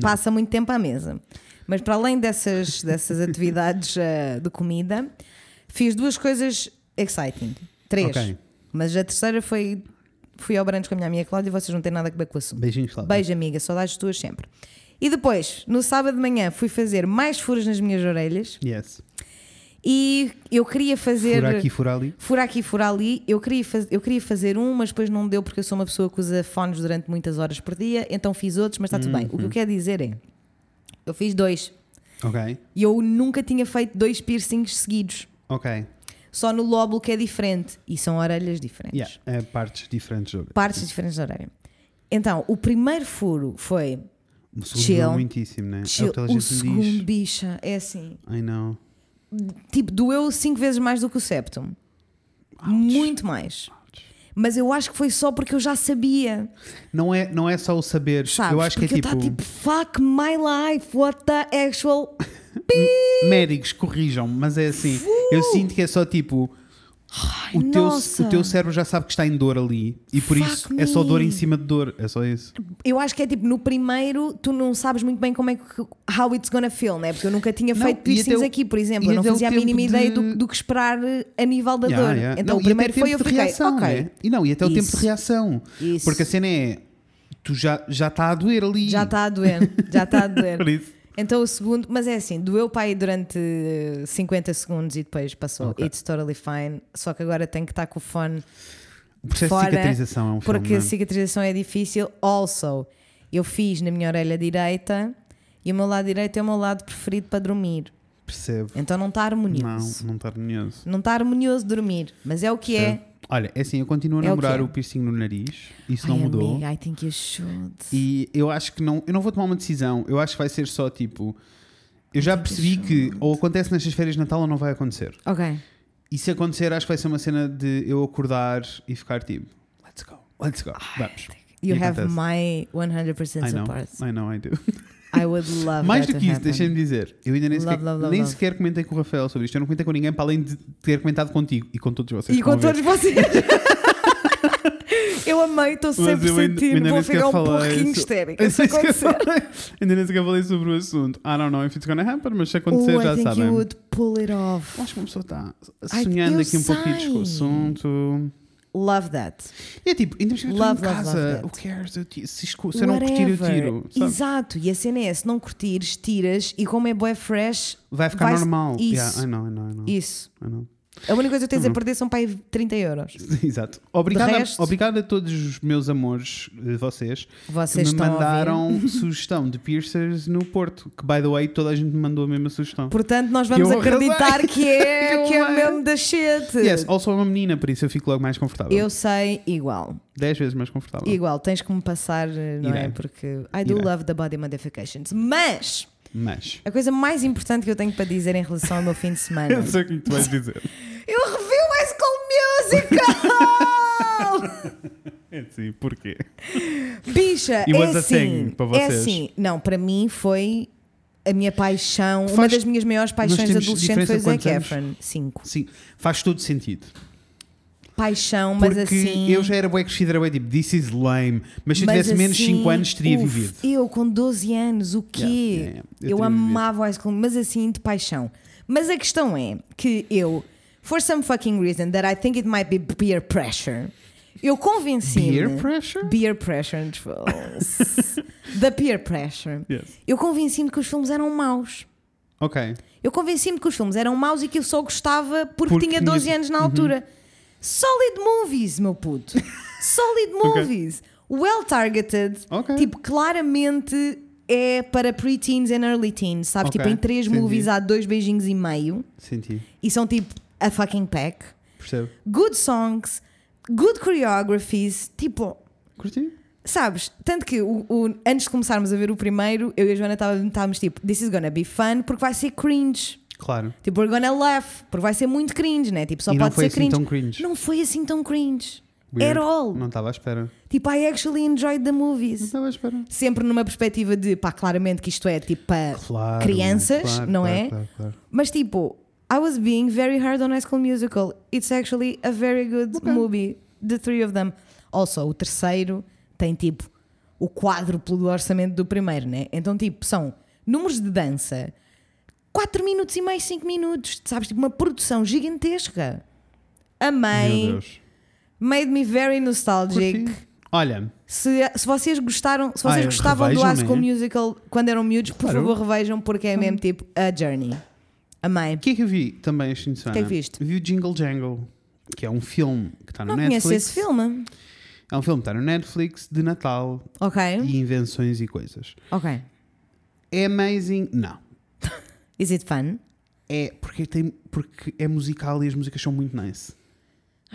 S1: passa muito tempo à mesa. Mas para além dessas, dessas atividades eh, de comida, fiz duas coisas exciting. Três.
S2: Ok.
S1: Mas a terceira foi fui ao Brandes com a minha amiga Cláudia e vocês não têm nada a ver com o assunto.
S2: beijinhos, Cláudia.
S1: Beijo, amiga, saudades tuas sempre. E depois, no sábado de manhã, fui fazer mais furos nas minhas orelhas
S2: Yes.
S1: e eu queria fazer.
S2: Furar aqui, furar ali.
S1: Furar aqui, furar ali. Eu queria, faz- eu queria fazer um, mas depois não deu porque eu sou uma pessoa que usa fones durante muitas horas por dia, então fiz outros, mas está tudo bem. O que
S2: Uhum.
S1: eu quero dizer é: eu fiz dois
S2: Ok.
S1: e eu nunca tinha feito dois piercings seguidos.
S2: Ok.
S1: Só no lóbulo que é diferente e são orelhas diferentes.
S2: Yeah. É partes diferentes do
S1: Partes diferentes da orelha. Então, o primeiro furo foi
S2: O segundo
S1: Chill.
S2: doeu muitíssimo, né? é o que Então toda a gente
S1: o segundo,
S2: diz.
S1: bicha, é assim.
S2: I know.
S1: Tipo, doeu cinco vezes mais do que o septum. Muito mais. Mas eu acho que foi só porque eu já sabia.
S2: Não é, não é só o saber.
S1: Sabes?
S2: eu acho que é
S1: porque eu
S2: tipo,
S1: estava tipo, fuck my life, what the actual. tipo-
S2: Médicos, corrijam-me, mas é assim. Eu sinto que é só tipo. O teu,
S1: nossa.
S2: o teu cérebro já sabe que está em dor ali e por
S1: Fuck
S2: isso é só
S1: me.
S2: dor em cima de dor. É só isso.
S1: Eu acho que é tipo, no primeiro, tu não sabes muito bem como é que. How it's gonna feel, né? Porque eu nunca tinha
S2: Não,
S1: feito
S2: e
S1: piercings
S2: até o-
S1: aqui, por exemplo.
S2: e
S1: Eu não
S2: até o
S1: fazia a
S2: tempo
S1: mínima
S2: de-
S1: ideia do, do que esperar eh, a nível da
S2: Yeah,
S1: dor.
S2: yeah.
S1: Então o
S2: Não, e até
S1: primeiro foi
S2: tempo
S1: eu
S2: de
S1: fiquei,
S2: reação,
S1: ok.
S2: né? E não, e até o tempo
S1: Isso.
S2: de reação.
S1: Isso.
S2: Porque a cena é. Tu já, já está a doer ali.
S1: Já está a doer, já está a doer.
S2: Por isso.
S1: Então o segundo, mas é assim, doeu para aí durante eh, 50 segundos e depois passou.
S2: Ok.
S1: It's totally fine. Só que agora tenho que estar com o fone
S2: O processo
S1: fora.
S2: de cicatrização é um
S1: porque
S2: filme.
S1: a cicatrização é difícil. Also, eu fiz na minha orelha direita e o meu lado direito é o meu lado preferido para dormir.
S2: Não? Percebo.
S1: Então não está harmonioso.
S2: Não, tá não está harmonioso.
S1: Não está harmonioso dormir, mas é o que é.
S2: Olha, é assim, eu continuo a
S1: É o
S2: namorar
S1: quê?
S2: o, piercing no nariz. Isso não
S1: Ai,
S2: mudou.
S1: Amiga, I think you should.
S2: E eu acho que não, eu não vou tomar uma decisão. Eu acho que vai ser só tipo. Eu já percebi que ou acontece nestas férias de Natal ou não vai acontecer.
S1: Ok.
S2: E se acontecer, acho que vai ser uma cena de eu acordar e ficar tipo, let's go, let's go, vamos.
S1: Ah, You
S2: E
S1: have
S2: acontece.
S1: my
S2: I
S1: 100%
S2: know,
S1: support.
S2: I know, I do.
S1: I would love
S2: Mais
S1: that
S2: do
S1: to
S2: que isso,
S1: happen.
S2: deixem-me dizer, eu ainda nem,
S1: Love,
S2: sequer,
S1: love, love,
S2: nem
S1: love.
S2: sequer comentei com o Rafael sobre isto. Eu não comentei com ninguém para além de ter comentado contigo e com todos vocês.
S1: E
S2: que vão
S1: com
S2: ver.
S1: todos vocês. eu amei, estou
S2: Mas eu
S1: sempre
S2: ainda-
S1: sentindo.
S2: ainda
S1: Vou
S2: nem sequer
S1: ficar um pouquinho
S2: falei so-
S1: histérica se acontecer.
S2: Ainda nem sequer falei sobre o assunto. I don't know if it's gonna happen, mas se
S1: Oh,
S2: acontecer
S1: I
S2: já
S1: think you
S2: sabem.
S1: would pull it off.
S2: Acho que uma pessoa está
S1: Ai,
S2: sonhando
S1: eu
S2: aqui um pouquinho com o
S1: sei.
S2: assunto.
S1: Love that.
S2: E é tipo, ainda estive em
S1: Love, love,
S2: casa.
S1: love
S2: Who
S1: that.
S2: cares? Eu ti- Se, esco- se eu não curtir, eu
S1: Whatever.
S2: tiro. sabe?
S1: Exato. E a cena é: se não curtires, tiras. E como é boé fresh,
S2: Vai ficar
S1: Vai-
S2: normal.
S1: isso.
S2: Yeah, I know, I know, I know.
S1: isso.
S2: I know.
S1: A única coisa que eu tenho a dizer perder são para aí 30 euros.
S2: Exato. Obrigado, a-
S1: resto-
S2: obrigado a todos os meus amores, eh, vocês,
S1: Vocês
S2: que me
S1: estão a ouvir.
S2: mandaram sugestão de piercers no Porto. Que, by the way, toda a gente me mandou a mesma sugestão.
S1: Portanto, nós vamos
S2: Que eu
S1: acreditar
S2: arrasei.
S1: que é,
S2: Eu
S1: que é
S2: amei.
S1: mesmo da shit.
S2: Yes, also é uma menina, por isso eu fico logo mais confortável.
S1: Eu sei igual.
S2: 10 vezes mais confortável.
S1: Igual, tens que me passar, não é?
S2: Irei.
S1: Porque I do
S2: Irei.
S1: love the body modifications. Mas
S2: Mas.
S1: a coisa mais importante que eu tenho para dizer em relação ao meu fim de semana.
S2: Eu sei o que é que tu vais dizer.
S1: eu revi o High School Musical!
S2: É sim, porquê?
S1: Bicha,
S2: It
S1: é
S2: was a
S1: assim,
S2: thing para
S1: é
S2: vocês.
S1: assim. Não, para mim foi a minha paixão, uma
S2: Faz-
S1: das minhas maiores paixões
S2: temos
S1: adolescentes foi o
S2: diferença
S1: Zac
S2: de quantos
S1: Efron. Cinco.
S2: Sim, faz todo sentido.
S1: Paixão, mas
S2: Porque
S1: assim...
S2: eu já era bué crescida, era bué tipo, this is lame. Mas se eu
S1: mas
S2: tivesse menos
S1: assim,
S2: 5 anos, teria
S1: uf,
S2: vivido.
S1: Eu com 12 anos, o quê?
S2: Yeah, yeah, yeah. Eu
S1: Eu,
S2: teria
S1: amava o High School, mas assim, de paixão. Mas a questão é que eu, for some fucking reason that I think it might be peer pressure, eu convenci-me...
S2: Peer pressure?
S1: Peer pressure and trolls. The peer pressure.
S2: Yes.
S1: Eu convenci-me que os filmes eram maus.
S2: Ok.
S1: Eu convenci-me que os filmes eram maus e que eu só gostava porque,
S2: Porque
S1: tinha
S2: tinha- Uhum.
S1: 12 anos na altura. Solid movies, meu puto. Solid movies. Well targeted.
S2: Ok.
S1: Tipo, claramente é para pre-teens and early teens, sabes?
S2: Ok,
S1: Tipo, em três
S2: entendi.
S1: movies há dois beijinhos e meio
S2: Senti.
S1: e são tipo a fucking pack.
S2: Percebo.
S1: Good songs, good choreographies. Tipo,
S2: Curti?
S1: Sabes, tanto que o, o- antes de começarmos a ver o primeiro, eu e a Joana estava- estávamos tipo, this is gonna be fun, porque vai ser cringe.
S2: Claro.
S1: Tipo, we're gonna laugh, porque vai ser muito cringe, né? Tipo, só
S2: E não
S1: pode
S2: foi
S1: ser
S2: assim
S1: cringe.
S2: tão cringe.
S1: Não foi assim tão cringe.
S2: Weird.
S1: At all.
S2: Não estava à espera.
S1: Tipo, I actually enjoyed the
S2: Não
S1: movies.
S2: estava à espera.
S1: Sempre numa perspectiva de, pá, claramente que isto é tipo para
S2: Claro.
S1: crianças,
S2: claro,
S1: não
S2: claro,
S1: é?
S2: Claro, claro.
S1: Mas tipo, I was being very hard on High School Musical. It's actually a very good movie. The three of them. Also, o terceiro tem tipo o quádruplo do orçamento do primeiro, né? Então, tipo, são números de dança, 4 minutos e meio, 5 minutos, sabes? Tipo, uma produção gigantesca.
S2: Meu
S1: Amei.
S2: Deus.
S1: Made me very nostalgic.
S2: Curti. Olha,
S1: Se, se vocês gostaram, se vocês
S2: Ah,
S1: gostavam do
S2: revejam,
S1: High School
S2: né?
S1: Musical quando eram miúdos,
S2: Claro.
S1: por favor, revejam porque é mesmo tipo a journey. Amei.
S2: o que é que eu vi também este fim de semana?
S1: que é que viste?
S2: Vi o Jingle Jangle, que é um filme que está no
S1: Não
S2: Netflix.
S1: conheces esse filme?
S2: É um filme que está no Netflix de Natal
S1: Ok.
S2: e invenções e coisas.
S1: Ok.
S2: É amazing? Não.
S1: Is it fun?
S2: É porque, tem, porque é musical e as músicas são muito nice.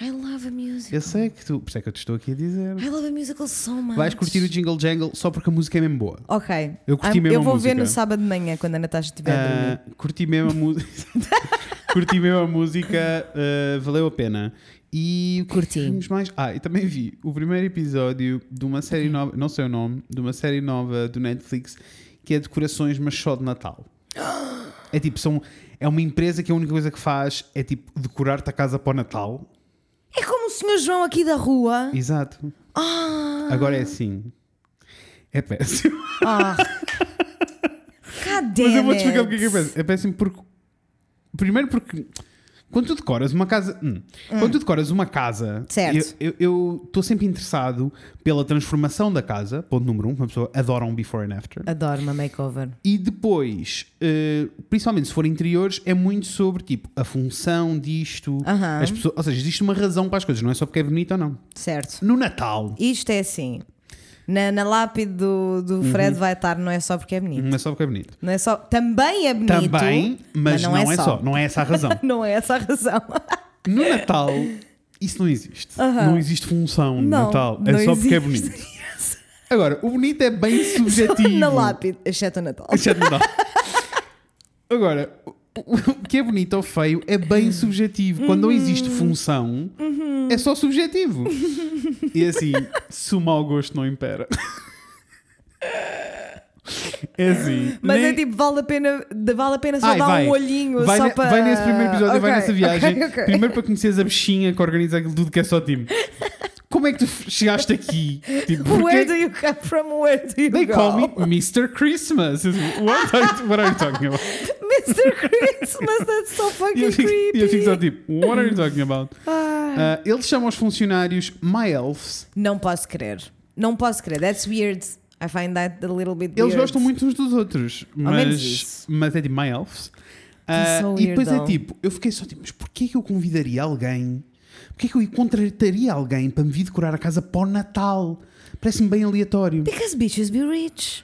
S1: I love a musical.
S2: Eu sei que tu, por isso é que eu te estou aqui a dizer.
S1: I love a musical so much.
S2: Vais curtir o Jingle Jangle só porque a música é mesmo boa.
S1: Ok.
S2: Eu curti
S1: Ah,
S2: mesmo
S1: Eu
S2: a
S1: vou ver
S2: música.
S1: no sábado de manhã quando a Natasha estiver a dormir.
S2: Ah, curti mesmo a música. curti mesmo a música, ah, valeu a pena. E o que
S1: Curti.
S2: é que vimos mais? Ah, e também vi o primeiro episódio de uma série nova, não sei o nome, de uma série nova do Netflix que é decorações, mas só de Natal. É tipo, são, é uma empresa que a única coisa que faz é tipo decorar-te a casa para o Natal.
S1: É como o Sr. João aqui da rua.
S2: Exato.
S1: Ah!
S2: Agora é assim. É péssimo.
S1: ah. God damn
S2: Mas eu vou
S1: it.
S2: te explicar porque é que é péssimo. É péssimo porque. Primeiro porque. Quando tu decoras uma casa. hum, Quando tu decoras uma casa.
S1: Certo.
S2: eu- Eu estou sempre interessado pela transformação da casa. Ponto número um. Uma pessoa adora um before and after.
S1: Adoro uma makeover.
S2: E depois, eh, principalmente se for interiores, é muito sobre tipo a função disto.
S1: Aham.
S2: As pessoas, ou seja, existe uma razão para as coisas. Não é só porque é bonito ou não.
S1: Certo.
S2: No Natal.
S1: Isto é assim. Na, na lápide do, do
S2: Uhum.
S1: Fred vai estar, não é só porque é bonito.
S2: Não é só porque é bonito.
S1: Não é só. Também é bonito.
S2: Também, Tá mas, não, é, só. Não é essa a razão.
S1: Não é essa a razão.
S2: No Natal, isso não existe.
S1: Aham.
S2: Não existe função no
S1: Não,
S2: Natal. É
S1: não
S2: só porque é
S1: existe.
S2: bonito. Agora, o bonito é bem subjetivo.
S1: Na lápide, exceto o Natal.
S2: Exceto no Natal. Agora, o- o que é bonito ou feio é bem subjetivo. Quando não existe
S1: Uhum.
S2: função, é só subjetivo. E assim, se o mau gosto não impera. É assim.
S1: Mas
S2: nem-
S1: é tipo, vale a pena, de- vale a pena só
S2: Ai,
S1: dar
S2: vai.
S1: um olhinho
S2: Vai,
S1: só
S2: ne-
S1: para.
S2: vai nesse primeiro episódio, vai
S1: Ok,
S2: nessa viagem.
S1: ok, ok.
S2: Primeiro para conheceres a bichinha que organiza aquilo tudo que é só time. Como é que tu f- chegaste aqui? Tipo,
S1: Where
S2: porquê-
S1: do you come from? Where do you
S2: They
S1: go?
S2: call me Mr. Christmas. What are you, what are you talking about?
S1: Mr. Christmas, that's so
S2: E
S1: fucking
S2: eu fico, e eu fico só
S1: creepy.
S2: tipo, what are you talking about?
S1: Ah.
S2: Ah, eles chamam os funcionários My Elves.
S1: Não posso crer. Não posso crer. That's weird. I find that a little bit
S2: Eles
S1: weird.
S2: gostam muito uns dos outros,
S1: menos
S2: mas,
S1: isso.
S2: mas é tipo My Elves.
S1: That's
S2: Ah,
S1: so
S2: e
S1: weird,
S2: depois é
S1: though.
S2: tipo, eu fiquei só tipo, mas porquê que eu convidaria alguém? Porquê que eu contrataria alguém para me vir decorar a casa para o Natal? Parece-me bem aleatório.
S1: Because bitches be rich.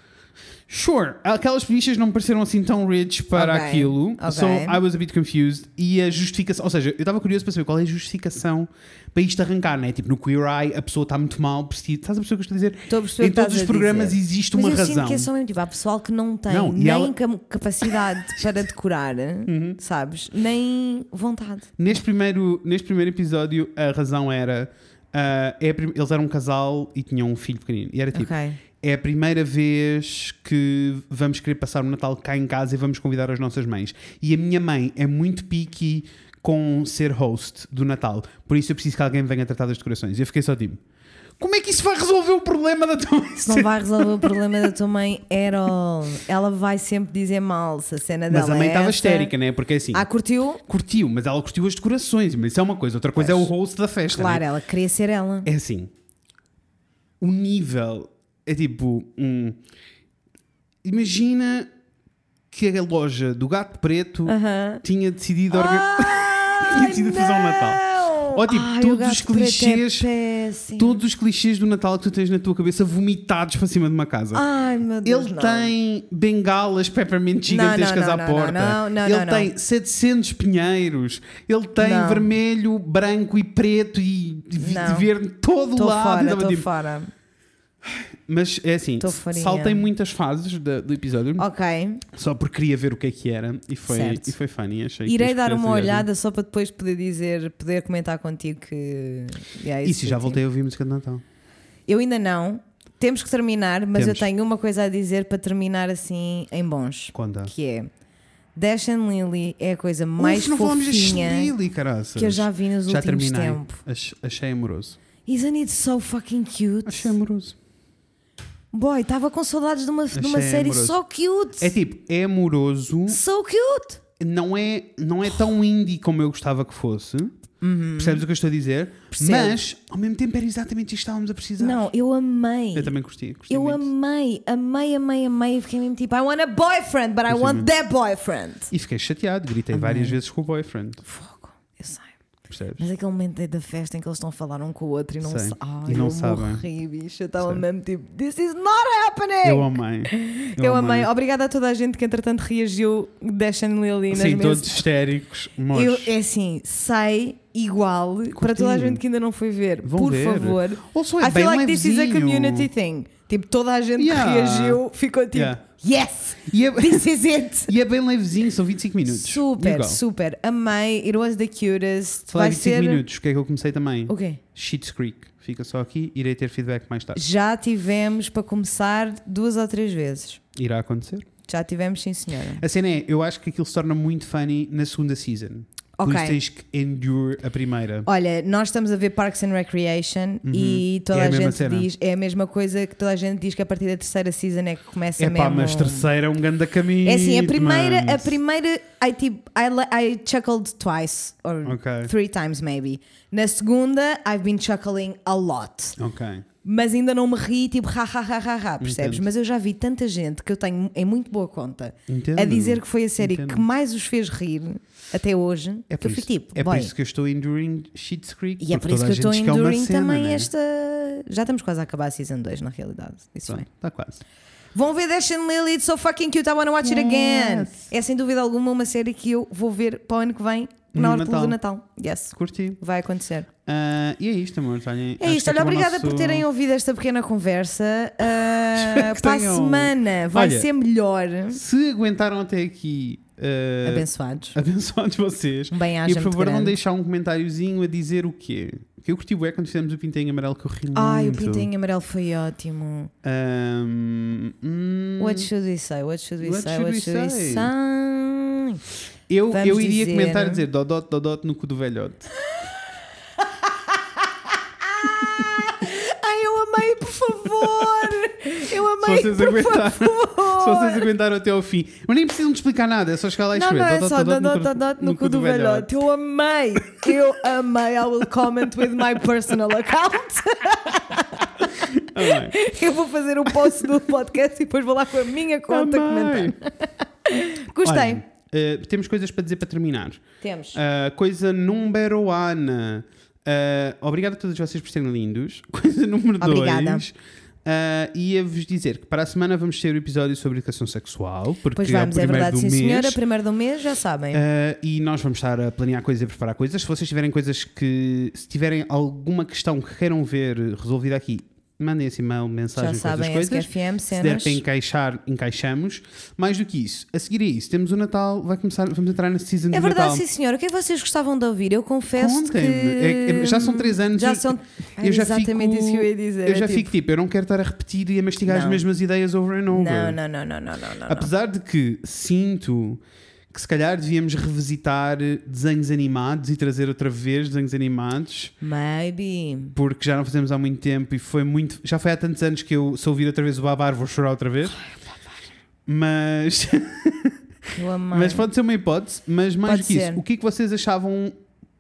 S2: Sure, aquelas bichas não me pareceram assim tão rich para
S1: Ok,
S2: aquilo.
S1: ok.
S2: So I was a bit confused. E a justificação, ou seja, eu estava curioso para saber qual é a justificação para isto arrancar, né? Tipo, no Queer Eye a pessoa está muito mal vestida. Estás a perceber o que eu estou a dizer?
S1: Estou a perceber
S2: em
S1: o que
S2: todos os
S1: estás a
S2: programas
S1: dizer.
S2: existe
S1: Mas
S2: uma
S1: eu
S2: razão.
S1: sinto que é só mesmo tipo, há pessoal que não tem
S2: Não, e
S1: nem
S2: ela- Uhum.
S1: cam- capacidade para decorar, sabes? Nem vontade.
S2: Neste primeiro, neste primeiro episódio, a razão era. ah, é a prim- eles eram um casal e tinham um filho pequenino. E era tipo:
S1: Ok.
S2: é a primeira vez que vamos querer passar o Natal cá em casa e vamos convidar as nossas mães. E a minha mãe é muito picky com ser host do Natal. Por isso eu preciso que alguém venha tratar das decorações. E eu fiquei só tipo: como é que isso vai resolver o problema da tua mãe?
S1: Se não vai resolver o problema da tua mãe, Errol. Ela vai sempre dizer mal se a cena dela
S2: Mas a mãe
S1: é
S2: estava
S1: esta.
S2: histérica, né? Porque assim.
S1: Ah, curtiu?
S2: Curtiu, mas ela curtiu as decorações, mas isso é uma coisa. Outra coisa é o host da festa. né?
S1: Claro, ela queria ser ela.
S2: é assim. O nível é tipo. hum, imagina que a loja do Gato Preto tinha decidido organizar.
S1: Ah,
S2: Tinha decidido fazer um Natal. Ou, tipo,
S1: Ai, o
S2: todos
S1: gato
S2: os
S1: preto é
S2: clichês-
S1: péssimo.
S2: Todos os clichês do Natal que tu tens na tua cabeça vomitados para cima de uma casa.
S1: Ai, Ah, meu Deus.
S2: Ele
S1: não.
S2: tem bengalas peppermint gigantescas
S1: não,
S2: à
S1: não,
S2: porta.
S1: não, não,
S2: ele
S1: não,
S2: tem
S1: não.
S2: 700 pinheiros. Ele tem
S1: Não.
S2: vermelho, branco e preto e vi-
S1: Não.
S2: verde todo
S1: Estou
S2: lado.
S1: fora,
S2: Eu tava
S1: estou
S2: tipo,
S1: fora.
S2: Mas é assim,
S1: Tô farinha.
S2: saltei muitas fases da- do episódio
S1: Ok.
S2: só porque queria ver o que é que era e foi,
S1: Certo.
S2: e foi funny. Achei que
S1: Irei
S2: ias
S1: dar
S2: curtir
S1: uma
S2: essa viagem.
S1: olhada só para depois poder dizer, poder comentar contigo que. yeah,
S2: Isso,
S1: eu
S2: já
S1: tive.
S2: voltei a ouvir música de Natal.
S1: Eu ainda não. Temos que terminar, mas
S2: Temos.
S1: eu tenho uma coisa a dizer para terminar assim em bons.
S2: Conta.
S1: Que é Dash and Lily é a coisa mais
S2: Uf, não falamos deste
S1: fofinha
S2: Lily, caraças.
S1: que eu já vi nos
S2: Já
S1: últimos
S2: terminei.
S1: tempos.
S2: Ach- achei amoroso.
S1: Isn't it so fucking cute?
S2: Achei amoroso.
S1: Boy, estava com saudades de uma, de uma
S2: Achei
S1: série
S2: amoroso.
S1: so cute.
S2: É tipo, é amoroso,
S1: So cute!
S2: não é, não é tão indie como eu gostava que fosse. Percebes o que eu estou a dizer?
S1: Uhum. Percebo.
S2: Mas, ao mesmo tempo, era exatamente isto que estávamos a precisar.
S1: Não, eu amei.
S2: Eu também curti. curti
S1: Eu
S2: muito.
S1: amei, amei, amei, amei. Fiquei mesmo tipo, I want a boyfriend, but I
S2: Sim,
S1: want
S2: mesmo.
S1: that boyfriend.
S2: E fiquei chateado, gritei várias vezes com o boyfriend.
S1: Fogo, eu sei.
S2: Percebes?
S1: Mas aquele momento da festa em que eles estão a falar um com o outro e não,
S2: Sei.
S1: sa Ai,
S2: E não
S1: eu
S2: sabem.
S1: morri, bicho. Eu estava
S2: Sei.
S1: mesmo tipo, this is not happening!
S2: Eu amei.
S1: Eu,
S2: Oh,
S1: amei. Obrigada a toda a gente que entretanto reagiu, deixando Lily nas
S2: Sim,
S1: minhas-
S2: todos histéricos, mas
S1: Eu, é assim, sei igual para toda a gente que ainda não foi ver.
S2: Vão
S1: por
S2: ver.
S1: favor.
S2: Ou só é
S1: I
S2: bem
S1: feel like this is a
S2: levezinho.
S1: community thing. Tipo, toda a gente
S2: Yeah.
S1: que reagiu ficou tipo,
S2: Yeah.
S1: yes,
S2: E é,
S1: this is it.
S2: e é bem levezinho, são 25 minutos.
S1: Super,
S2: Igual.
S1: super. Amei. It was the cutest.
S2: Falar
S1: Vai
S2: 25
S1: ser.
S2: minutos, que é que eu comecei também?
S1: O quê?
S2: Sheets Creek. Fica só aqui, irei ter feedback mais tarde.
S1: Já tivemos para começar duas ou três vezes.
S2: Irá acontecer.
S1: Já tivemos, sim, senhora.
S2: A cena é, eu acho que aquilo se torna muito funny na segunda season. Por
S1: Ok.
S2: isso tens que endure a primeira.
S1: Olha, nós estamos a ver Parks and Recreation e toda
S2: É a
S1: a,
S2: mesma
S1: gente
S2: cena.
S1: diz. É a mesma coisa que toda a gente diz que a partir da terceira season é que começa
S2: É
S1: mesmo.
S2: pá, mas terceira é um grande caminho.
S1: É assim, a primeira, a
S2: mano.
S1: primeira, I, tipo, I, li- I chuckled twice, or
S2: Ok.
S1: three times maybe. Na segunda, I've been chuckling a lot.
S2: Ok.
S1: Mas ainda não me ri, tipo, ha, ha, ha, ha, ha percebes?
S2: Entendo.
S1: Mas eu já vi tanta gente que eu tenho em muito boa conta
S2: Entendo.
S1: a dizer que foi a série
S2: Entendo.
S1: que mais os fez rir até hoje.
S2: É
S1: que
S2: por,
S1: eu fui
S2: isso,
S1: tipo,
S2: é por
S1: boy,
S2: isso que eu estou enduring Sheets Creek.
S1: e é por
S2: porque
S1: isso que eu estou
S2: toda a gente diz que é uma
S1: enduring
S2: cena,
S1: também
S2: né?
S1: esta. Já estamos quase a acabar a season 2, na realidade. Isso bem.
S2: Está tá quase.
S1: Vão ver Dash and Lily, it's so fucking cute, I wanna watch it again.
S2: Yes.
S1: É sem dúvida alguma uma série que eu vou ver para o ano que vem, na
S2: No
S1: hora
S2: Natal.
S1: do Natal. Yes,
S2: Curti.
S1: vai acontecer.
S2: Ah, e é isto, amor. Olhem,
S1: É
S2: acho que
S1: isto, olha,
S2: acabou o
S1: obrigada
S2: nosso-
S1: por terem ouvido esta pequena conversa. Ah,
S2: Espero que
S1: para a
S2: tenham.
S1: semana vai
S2: Olha, eh,
S1: ser melhor.
S2: Se aguentaram até aqui, eh,
S4: Abençoados.
S2: abençoados vocês.
S4: Um bem
S2: E
S4: haja
S2: por favor, vão deixar um comentáriozinho a dizer o quê? Que eu curti o é quando fizemos o pintinho amarelo que eu ri
S1: Ai, o
S2: muito.
S1: pintinho amarelo foi ótimo.
S2: Ahm, hum,
S4: What should we say? What should we
S2: What
S4: say?
S2: should
S4: What
S2: we
S4: should we
S2: say?
S4: say?
S2: eu,
S4: vamos
S2: eu iria
S4: dizer-
S2: comentar a dizer Dodote, Dodote no cu do velhote.
S1: Ah! Ai, eu amei, por favor! Eu amei,
S2: Se vocês
S1: por
S2: aguentarem-
S1: favor!
S2: Se vocês aguentaram até ao fim. Mas nem precisam de explicar nada, é só chegar lá e
S1: Não,
S2: escrever
S1: não, é
S2: Dodote,
S1: só
S2: Dodote tá, no cu-
S1: dot, dot, dot no cu do velhote. Eu amei, eu amei. I will comment with my personal account.
S2: Ah, bem.
S1: Eu vou fazer o post do podcast e depois vou lá com a minha conta
S2: Amei.
S1: comentar. Gostei.
S2: Olha, eh, temos coisas para dizer para terminar.
S4: Temos.
S2: Ah, coisa número one. Ah, obrigado a todos vocês por serem lindos. Coisa número dois.
S4: Obrigada.
S2: ah, Ia-vos dizer que para a semana vamos ter o episódio sobre educação sexual. Porque
S4: Pois
S2: é, o
S4: vamos, é
S2: primeiro
S4: verdade,
S2: do
S4: sim
S2: mês.
S4: senhora. Primeiro do mês, já sabem.
S2: Ah, e nós vamos estar a planear coisas e a preparar coisas. Se vocês tiverem coisas que. Se tiverem alguma questão que queiram ver resolvida aqui, mandem esse
S4: já
S2: e-mail, mensagem,
S4: sabem,
S2: coisas. coisas.
S4: SKFM,
S2: Se der
S4: cenas.
S2: para encaixar, encaixamos. Mais do que isso, a seguir a isso, temos o Natal, vai começar, vamos entrar na season
S4: É
S2: do
S4: verdade,
S2: Natal.
S4: sim senhora. O que é que vocês gostavam de ouvir? Eu confesso que...
S2: Contem-me. É- é- já são três anos,
S4: Já
S2: eu-
S4: são... É
S1: Era exatamente isso que eu ia dizer,
S2: Eu já
S1: é tipo-
S2: fico tipo, eu não quero estar a repetir e a mastigar as
S4: Não.
S2: mesmas ideias over and over.
S4: Não, não, não, não, não, não, não.
S2: Apesar de que sinto que se calhar devíamos revisitar desenhos animados e trazer outra vez desenhos animados,
S4: Maybe.
S2: porque já não fazemos há muito tempo e foi muito. Já foi há tantos anos que eu, se ouvir outra vez o Babar, vou chorar outra vez. Mas,
S4: Eu amei.
S2: mas pode ser uma hipótese, mas
S4: é?
S2: mais
S4: Pode
S2: do que
S4: ser.
S2: isso, o que é que vocês achavam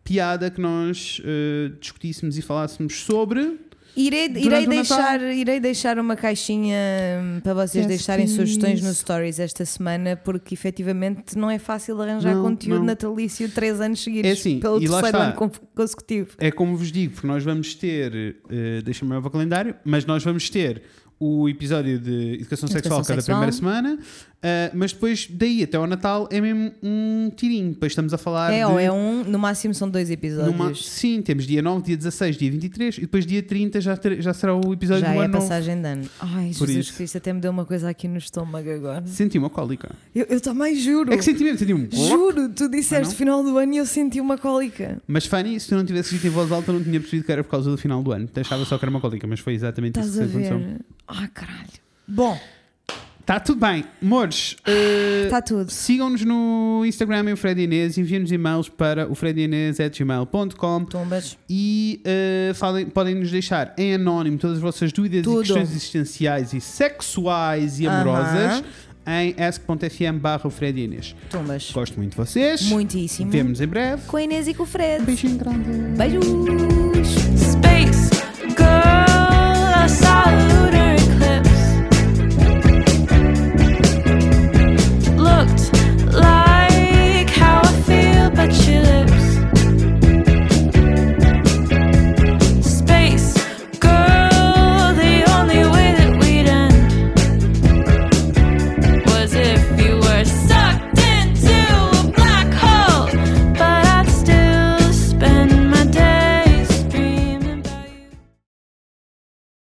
S2: piada que nós eh, discutíssemos e falássemos sobre?
S4: Irei,
S2: Durante
S4: irei
S2: o
S4: deixar, irei deixar uma caixinha hum, para vocês
S2: Yes,
S4: deixarem
S2: please.
S4: sugestões nos stories esta semana, porque efetivamente não é fácil arranjar
S2: Não,
S4: conteúdo
S2: não.
S4: natalício três anos seguidos
S2: É assim,
S4: pelo
S2: e lá
S4: terceiro
S2: está.
S4: ano con- consecutivo.
S2: É como vos digo, porque nós vamos ter, eh, deixa-me olhar para o calendário, mas nós vamos ter o episódio de Educação Sexual cada
S4: sexual.
S2: primeira semana, eh, mas depois daí até ao Natal é mesmo um tirinho. Depois estamos a falar de.
S4: É ou é um, no máximo são dois episódios.
S2: numa- sim, temos dia 9, dia 16, dia 23 e depois dia 30 já, ter- já será o episódio
S4: Já
S2: do
S4: é a
S2: ano novo.
S4: passagem de ano. Ai,
S2: Por
S4: Jesus
S2: isso.
S4: Cristo, até me deu uma coisa aqui no estômago agora.
S2: Senti uma cólica.
S1: Eu, eu também juro.
S2: É que senti mesmo, senti um.
S4: Oh!
S1: Juro, tu
S2: Ah,
S1: disseste
S2: não?
S1: final do ano e eu senti uma cólica.
S2: Mas Fanny, se tu não tivesse dito em voz alta, eu não tinha percebido que era por causa do final do ano. Achava só que era uma cólica, mas foi exatamente
S1: Estás
S2: isso
S1: a
S2: que aconteceu.
S1: ver? Ah, caralho. Bom,
S2: Está Tá tudo bem. Amores, eh,
S4: Está Tá tudo.
S2: Sigam-nos no Instagram em o Fred Inês, enviem-nos e-mails para o fredinês.gmail.com
S4: Tumbas.
S2: e eh, falem- podem nos deixar em anónimo todas as vossas dúvidas
S4: Tudo.
S2: e questões existenciais e sexuais e
S4: Aham.
S2: amorosas em ask.fm barra o Fred Inês.
S4: Tumbas.
S2: Gosto muito de vocês.
S4: Muitíssimo.
S2: Vemo-nos em breve.
S4: Com a Inês e com o Fred.
S2: Beijinho grande.
S4: Beijo.